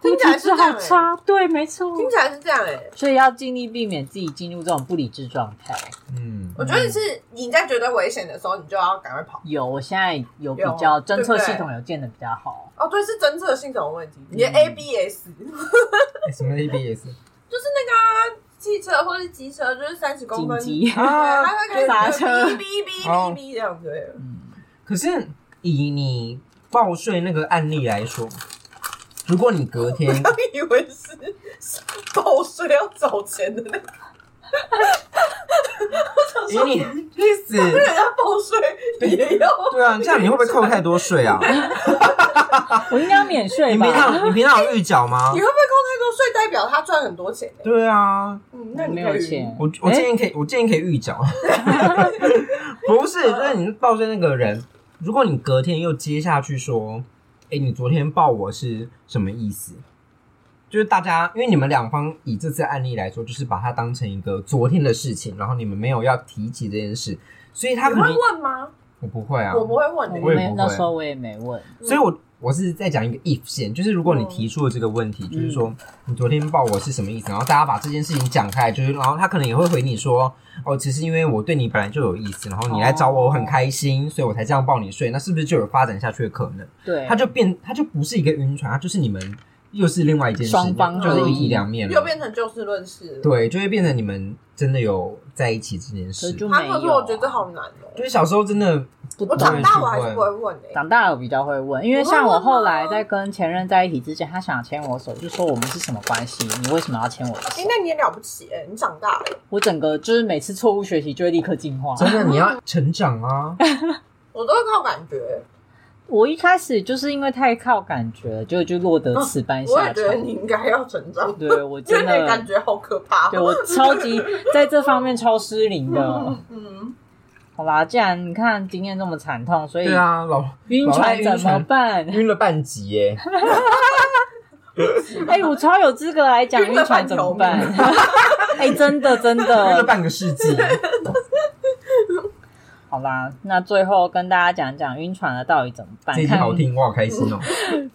听起来体是质这样好欸差，对，没错。听起来是这样哎、所以要尽力避免自己进入这种不理智状态。嗯，我觉得是你在觉得危险的时候，你就要赶快跑。有，我现在有比有较侦对不测对系统有建的比较好，哦，对，是侦测性什么问题？你的嗯 ABS 欸什么 ABS 就是那个、啊、汽车或是机车，就是三十公紧分，对，急。 啊它会开始刹车哦哔哔哔哔哔这样子。嗯，可是以你报税那个案例来说，如果你隔天他以为是报税要找钱的那个，以你去死，人家报税也要对啊，这样你会不会扣太多税啊？我应该要免税你吧平？常你平常有预缴吗 你？会不会扣太多税？代表他赚很多钱呢、对啊，嗯，那你没可有以钱，我哎我建议可以，我建议可以预 缴。不是，就是你报税那个人，如果你隔天又接下去说，哎、你昨天报我是什么意思？就是大家，因为你们两方以这次案例来说，就是把它当成一个昨天的事情，然后你们没有要提起这件事，所以他你可能会问吗？我不会啊，我不会问你、我也不没会那时候我也没问，所以我我是在讲一个 if 线，就是如果哦你提出了这个问嗯题，就是说你昨天抱我是什么意思，然后大家把这件事情讲开，就是然后他可能也会回你说，哦，其实因为我对你本来就有意思，然后你来找哦我我很开心，所以我才这样抱你睡，那是不是就有发展下去的可能？对，他就变，他就不是一个晕船，他就是你们又是另外一件事，双方就是都一体两面了，又变成就事论事了。对，就会变成你们真的有在一起这件可事是。就哦他没有可啊。是我觉得好难哦、就是小时候真的不我懂长大我还是不会问诶、长大了我比较会问，因为你会像我问啊后来吗在跟前任在一起之前，他想牵我手，就说我们是什么关系，你为什么要牵我的哎、手？那你也了不起诶、你长大了、我整个就是每次错误学习就会立刻进 化。真的你要成 长啊，我都是靠感觉。我一开始就是因为太靠感觉了，就就落得此般我下也觉场。得你应该要成长，对我因为真你的的感觉好可怕。哦对我超级在这方面超失灵 的。嗯，好啦，既然你看经验这么惨痛，所以对啊，老晕老赖船晕怎么船办？晕了半集耶。 哎、我超有资格来讲晕晕了船半怎条么办 命？哎、真的真约呃了 的。半个世纪，好啦，那最后跟大家讲讲晕船了到底怎么办这一。集看好听，我好开心哦！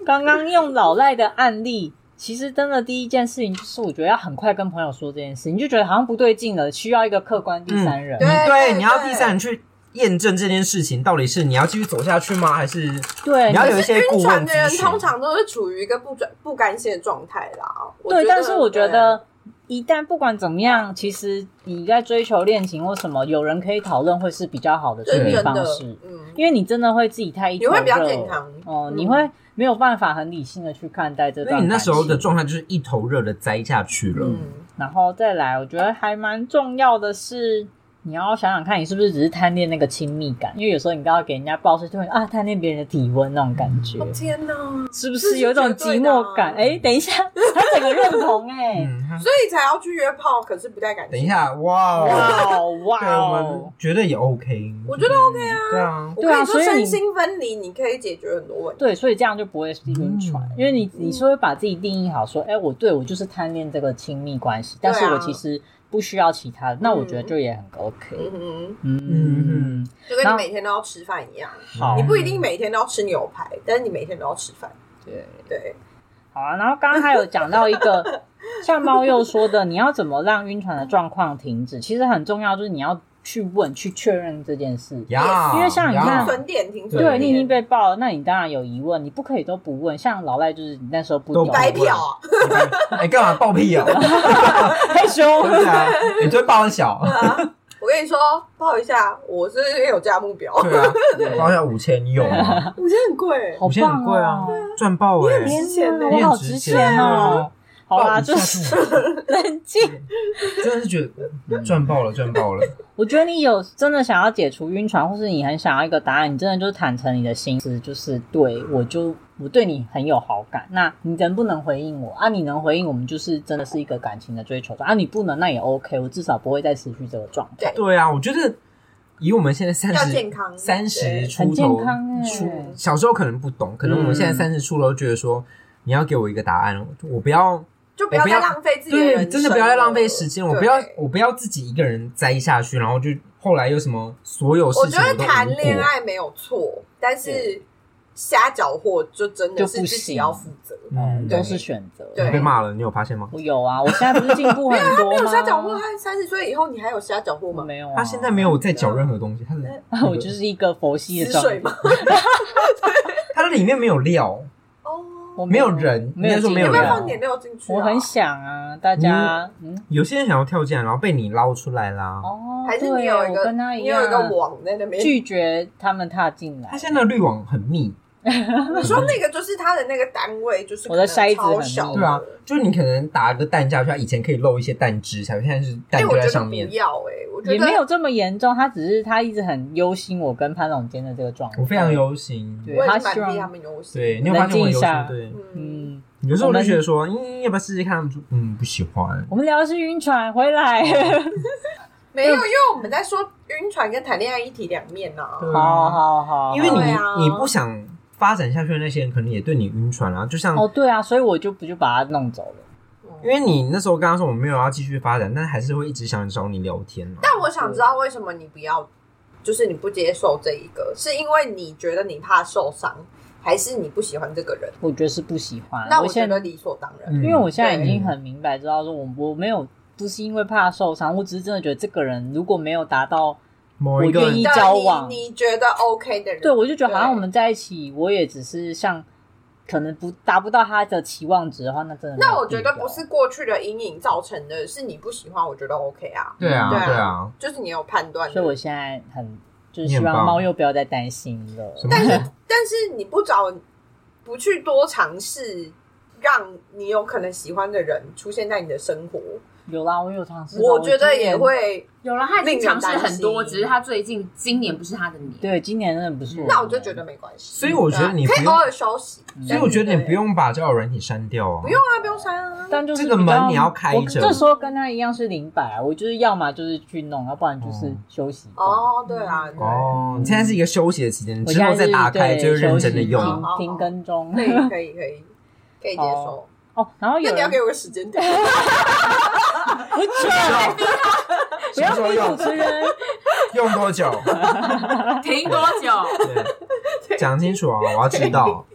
刚刚用老赖的案例，其实真的第一件事情就是，我觉得要很快跟朋友说这件事，你就觉得好像不对劲了，需要一个客观第三人。你对嗯对，对你要第三人去验证这件事情，到底是你要继续走下去吗？还是对，你要有一可是些顾晕船问的人咨询？通常都是处于一个不专不甘心的状态啦。我对，觉但是我觉对得，一旦不管怎么样，其实你在追求恋情或什么，有人可以讨论，会是比较好的处这对是理真方的式，，嗯，因为你真的会自己太一你会头比较热健康哦、嗯你会没有办法很理性的去看待这因段为你那感时候的情状态就是一头热的栽下去了，嗯，然后再来，我觉得还蛮重要的是，你要想想看，你是不是只是贪恋那个亲密感？因为有时候你刚要给人家报税，就会啊贪恋别人的体温那种感 觉，哦天哪！是不是有一种寂寞感？这是绝对的啊哎，等一下，他整个认同哎、嗯，他所以才要去约炮，可是不带感情。等一，下，哇哦，哇哦对，哇我们哦！觉得也 OK，我觉得 OK 啊。对啊，我对跟啊你所说，以身你心分离，你可以解决很多问题。对，所以这样就不会是晕船，嗯因为你你是会把自己定义好，说，哎，我对我就是贪恋这个亲密关系，但是对啊我其实不需要其他的，那我觉得就也很 OK。嗯哼，嗯，嗯就跟然你后每天都要吃饭一样，好嗯你不一定每天都要吃牛排，但是你每天都要吃饭。对。对，好啊，然后刚刚还有讲到一 个，像猫又说的，你要怎么让晕船的状况停止？其实很重要，就是你要去问、去确认这件事。呀，因为像你呀看存点停损对点，你已经被爆了，那你当然有疑问，你不可以都不问。像老赖就是你那时候不都懂，白嫖啊，哎，干嘛爆屁 哦？太凶。对啊，你就会爆很 小，我跟你说，报一下，啊我是因为有价目标，对啊，爆一下五千，你有吗？五千很贵，好五千棒很贵啊哦！，赚爆哎！很值钱呢天哪我好值钱哦！好啦，就啊爆一是下就五 冷静。千 真的是觉嗯得赚爆了，赚爆了。我觉得你有真的想要解除晕船，或是你很想要一个答案，你真的就是坦诚你的心思，就是对我就我对你很有好感。那你能不能回应我啊？你能回应我们，就是真的是一个感情的追求啊。你不能，那也 OK，我至少不会再持续这个状态。对啊，我觉得以我们现在三要十健康三十对出很健头康欸出，小时候可能不懂，可能我们现在嗯三十出头觉得说，你要给我一个答案，我不要就不要我不要再浪费自己的人对，生，真的不要再浪费时间，我不要对我不要自己一个人栽下去，然后就后来又什么所有事我情觉得都无谈果恋爱没有错，但是瞎搅和就真的是就自不己行要负责。嗯都是选择。对你被骂了，你有发现吗？我有啊，我现在不是进步很多没吗？有瞎搅和，他三十岁以后你还有瞎搅和我吗？没有、啊，他现在没有在搅任何东西，他的啊， 我就是一个佛系的死状水态。吗？他的里面没有料，哦，我没有人没应该说进没要有不要步人放点料进去啊？我很想啊，大家，嗯，有些人想要跳进来，然后被你捞出来啦。哦，还是对你有一我个跟啊他一你样有一个网在那边。 拒绝他们踏进来他。现在的滤网很密，你说那个就是他的那个单位，就是我的筛子可能超很小的，对啊，就是你可能打一个蛋下去，它以前可以漏一些蛋汁下去，现在是哎，蛋就我在觉得上不面。要哎，我觉也得没有这么严重，他只是他一直很忧心我跟潘总监的这个状态。我非常，忧心，对我也他是蛮希替望他们忧心。对，你有发现我冷静一忧下心？对，嗯，嗯，有时候我就觉得说，嗯，要不要试试看？他们说，嗯，不喜欢。我们聊的是晕船，回来嗯没有，因为我们在说晕船跟谈恋爱一体两面啊呢。对好好好，因为对啊你你不想发展下去的那些人，可能也对你晕船啊。就像哦对啊，所以我就不就把他弄走了。因为你那时候刚刚说我们没有要继续发展，但还是会一直想找你聊天啊。但我想知道为什么你不要，就是你不接受这一个，是因为你觉得你怕受伤，还是你不喜欢这个人？我觉得是不喜欢。那我啊我觉现得在，理所当然。嗯因为我现在已经很明白，知道说我我没有不是因为怕受伤，我只是真的觉得这个人如果没有达到，某一我个愿你意的交往你你觉得 OK 的人，对我就觉得好像对我们在一起，我也只是像可能不达不到他的期望值的话，那真的没有那我觉得必要不是过去的阴影造成的，是你不喜欢，我觉得 OK 啊，对啊对啊对啊，就是你有判断所以我的。现在很就是你希很望棒猫又不要再担心了。什么但是但是你不找，不去多尝试，让你有可能喜欢的人出现在你的生活，有啦，我有尝试到，我觉得今年也。会。有了，他已经尝试很令人多，担心只是他最近今年不是他的年。对，今年真的不是我。那我就觉得没关系。所以我觉得你对啊可不以偶用，尔休息，嗯所以我觉得你不用把交友软体删掉啊。不用啊，不用删啊。但就是这个比较门你要开我着这时候跟他一样是零百、啊，我就是要么就是去弄，要不然就是休息。哦，哦，对啊，对，哦，你现在是一个休息的期间，我之后再打开就就是认真的用。好好好停跟踪 可以，可以，可以，可以接受好。哦。然后那有你要人给我个时间点， 不准，不什么要时候逼主用？持人。用多久？停多 久？对讲清楚啊！我要知道。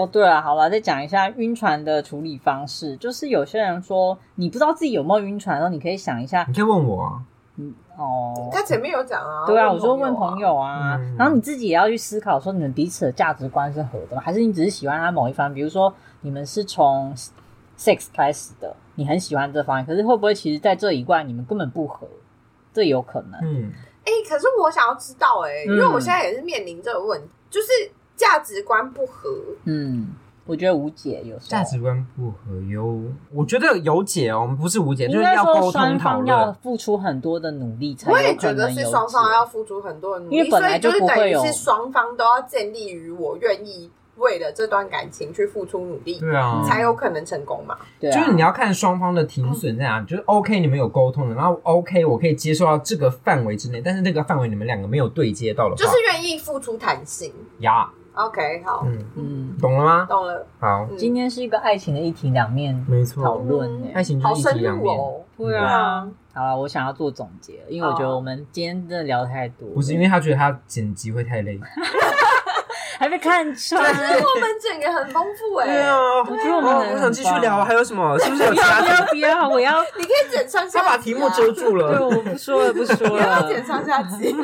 哦，对了，好了，再讲一下晕船的处理方式，就是有些人说你不知道自己有没有晕船的时候，你可以想一下你可以问我啊。哦。他前面有讲啊。对啊，我说朋问友啊朋友啊，嗯然后你自己也要去思考说你们彼此的价值观是合的吗？还是你只是喜欢他某一方？比如说你们是从 sex 开始的，你很喜欢这方面，可是会不会其实在这以外你们根本不合？这有可能。嗯，哎、可是我想要知道哎、因为嗯我现在也是面临这个问题，就是价值观不合。嗯，我觉得无解有时候价。值观不合哟。我觉得有解哦，我们不是无解，就应是该要说沟通双讨方要论。付出很多的努力才我也有觉可得能有是解。双方要付出很多的努因力，为所本来以就就是不等会于有是双方都要建立于我愿意为了这段感情去付出努力，对嗯啊，才有可能成功嘛。对、啊，就是你要看双方的停损在哪，就是 OK 你们有沟通的，然后 OK 我可以接受到这个范围之内，但是这个范围你们两个没有对接到的话，就是愿意付出弹性。呀， OK，好，嗯，嗯，懂了吗？懂了。好，嗯今天是一个爱情的一体两面没讨错，嗯论、欸。爱情就好是一体深两入面，哦。对对啊啊，好了，我想要做总结，因为我觉得我们今天真的聊太多了。不是因为他觉得他剪辑会太累，还被看穿。 我们整个很丰 富哎、对啊，我觉得我们哦很我想继续啊聊，棒还有什么？是不是有 不其要他不题？要不要！我要你可以剪上下、他啊，把题目遮住对， 了，我不说了不说不要了。剪上下 集。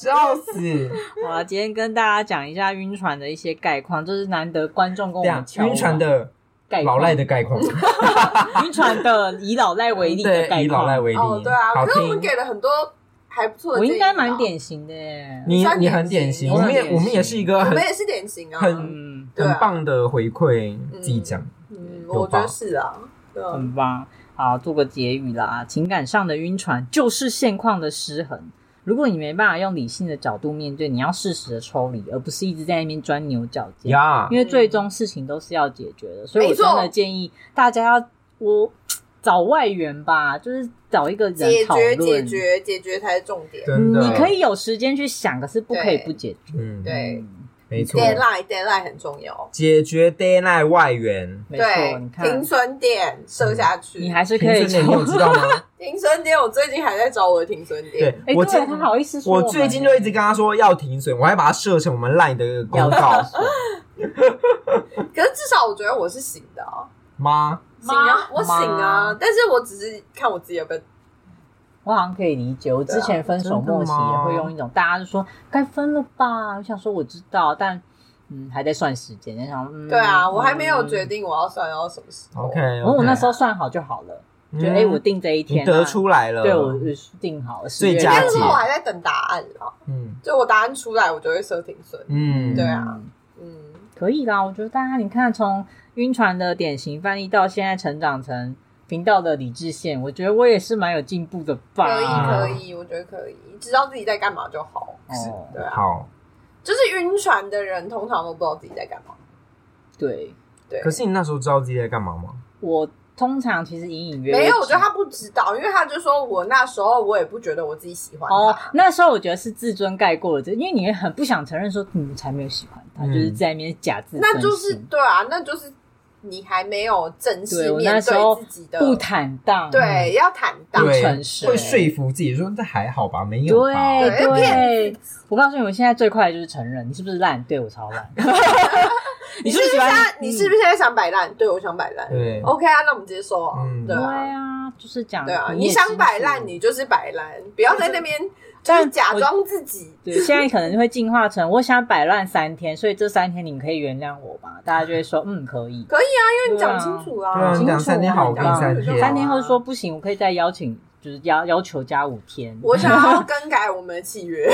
笑死！好啊，今天跟大家讲一下晕船的一些概况，就是难得观众跟这我样们敲啊晕船哦的概况老赖的概况， 晕船的以老赖为例的对，概以老况，赖为例，哦，对啊，好可是我们听。给了很多还不错的我建议吧，应该蛮典型的耶。你算你典很典型我型，我们很也典我们也型是一个我很们也是典型啊，很嗯，对啊很棒的回馈，嗯自己讲。嗯，有我觉吧得是啊，对啊，很棒。嗯好，做个结语啦。情感上的晕船就是现况的失衡。如果你没办法用理性的角度面对，你要适时的抽离，而不是一直在那边钻牛角尖。呀因为最终事情都是要解决的，所以我没真错的建议大家要我找外援吧，就是找一个人解讨决论。解决解决才是重点。真的，你可，以有时间去想，可是不可以对不解决。嗯，对没错， ，deadline deadline 很重要。解决 d a y l i g h t 外援，没错，对你，看嗯停，损点设下去。你还是可以抽平顺点，你有知道吗？停损点，我最近还在找我的停损点。对 哎，我对最他好意思说我们最近就一直跟他说要停损，我还把它设成我们 LINE 的公告可是至少我觉得我是醒的啊， 吗？醒啊，我醒啊妈。但是我只是看我自己有没有。 我好像可以理解，我之啊前分手末期真的也吗会用一种大家就说该分了吧，我想说我知道，但嗯还在算时间，在想嗯对啊，我还没有决定。定我要算到什么时候。 OK，然后我哦那时候算好就好了，就哎我定这一嗯你天啊，得出来了，对我就是定好了，所10以月加但解是一我号还在等答案啊，嗯就我答案出来，我就会设停损。嗯，对啊，嗯，可以啦。我觉得大家你看，从晕船的典型范例到现在成长成频道的理智线，我觉得我也是蛮有进步的可吧。啊以可以，我觉得可以，知道自己在干嘛就好。哦，对啊，好。就是晕船的人通常都不知道自己在干嘛。对对，可是你那时候知道自己在干嘛吗？我通常其实隐隐约约没有，我觉得知他不知道，因为他就说我那时候我也不觉得我自己喜欢他。哦，那时候我觉得是自尊盖过了这，因为你也很不想承认说你才没有喜欢他，嗯就是在那边假自尊心那就是对啊，那就是你还没有正对式我面那时候对自己的，不坦荡，啊对，要坦荡。对对，诚实会说服自己说这还好吧，没有吧？对对要对，我告诉你，我现在最快的就是承认你是不是烂，对我 超烂。你你是是不是不是喜现欢在？你是不是现在想摆烂？对我想摆烂。对 OK 啊，那我们接受啊嗯。对对啊，啊，就是讲对啊，也你想清摆楚烂，你就是摆烂，不要在那边就是但假我装自己。对，现在可能会进化成我想摆烂三天，所以这三天你们可以原谅我吧？大家就会说嗯可以，可以啊，因为你对讲啊清楚对啊啊你。讲三天好，我清给楚你啊三对天，啊三天后说不行，我可以再邀请，就是要要求加五天。我想要更改我们的契 约。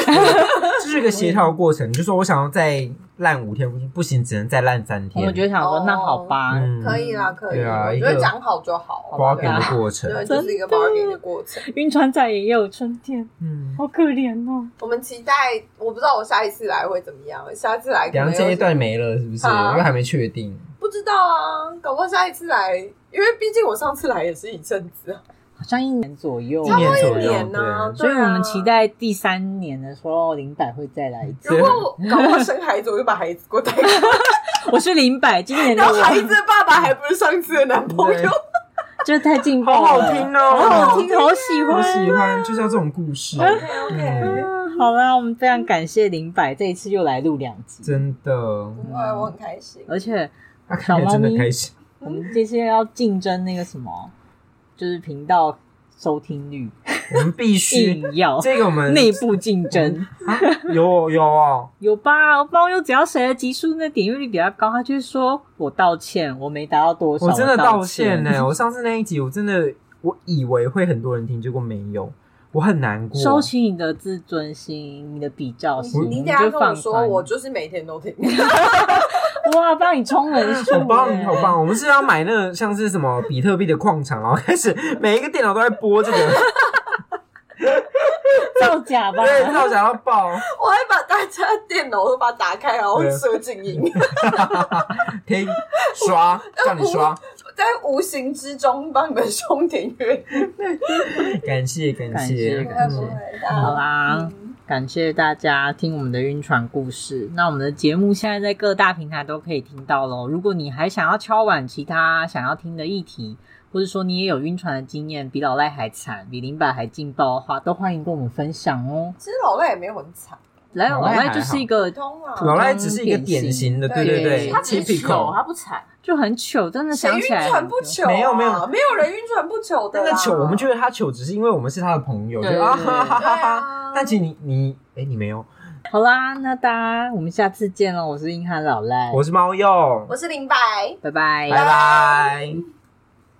这是一个协调过程。你就说我想要再烂五天，不行，只能再烂三天。我觉得想说哦那好吧，嗯可以啦，可以，对啊我一觉个得讲好就好。 bargain 对 bargain 啊的过程，对，就是一个真的 bargain 的过程。晕船仔也有春天，嗯，好可怜哦。我们期待，我不知道我下一次来会怎么样，下次来可然能后又这一是段没了，是不是？啊因为还没确定。不知道啊，搞不好下一次来，因为毕竟我上次来也是一阵子啊，好像一年左右，一年左一右年呢，所以对啊我们期。待第三年的时候，林柏会再来一次。如果我搞不好生孩子，我就把孩子给我带过来，我是林柏，今年 的 然后孩我子的爸爸还不是上次的男朋对友， 就是太劲爆好了，好听哦，好好听，好喜我欢，喜欢就是要这种故事，嗯嗯好啦，我们非常感谢林柏这一次又来录两集，真的，哇，哎我很开心。而且他看起来真的开心。我们这次要竞争那个什么，就是频道收听率，我们必须硬要这个我们内部竞争。啊有有哦，有吧？我包邮只要谁的集数那点阅率比较高，他就会说我道歉，我没达到多少，我真的道道歉欸呢。我上次那一集，我真的我以为会很多人听，结果没有，我很难过。收起你的自尊心，你的比较心，你你等一下就跟我放说，宽我就是每天都听， 哇，帮你冲人数，好棒，好欸！棒！我们是要买那个像是什么比特币的矿场，然后开始每一个电脑都在播这个，造假吧，对，造假到爆，我还把大家的电脑都把它打开，然后设静音。听刷，叫你刷， 在无形之中帮你们充点阅，感谢感感谢谢感谢嗯好啦，嗯感谢大家听我们的晕船故事。那我们的节目现在在各大平台都可以听到喽。如果你还想要敲碗其他想要听的议题，或者说你也有晕船的经验，比老赖还惨，比林柏还劲爆的话，都欢迎跟我们分享哦。其实老赖也没有很惨，来老老赖赖还就是好一个通啊，老赖只是一个典型的，对典型对对对他只是丑， ，typical。他不惨。就很糗，真的谁想晕起来船不糗、啊？没有没有没有人晕船不糗的那啦。个糗，我们觉得他糗，只是因为我们是他的朋友，就对啊对哈哈哈对哈啊。 但其实你你哎，你没有，好啦，那大家我们下次见喽！我是硬汉老赖，我是猫鼬，我是林白。拜拜，拜拜。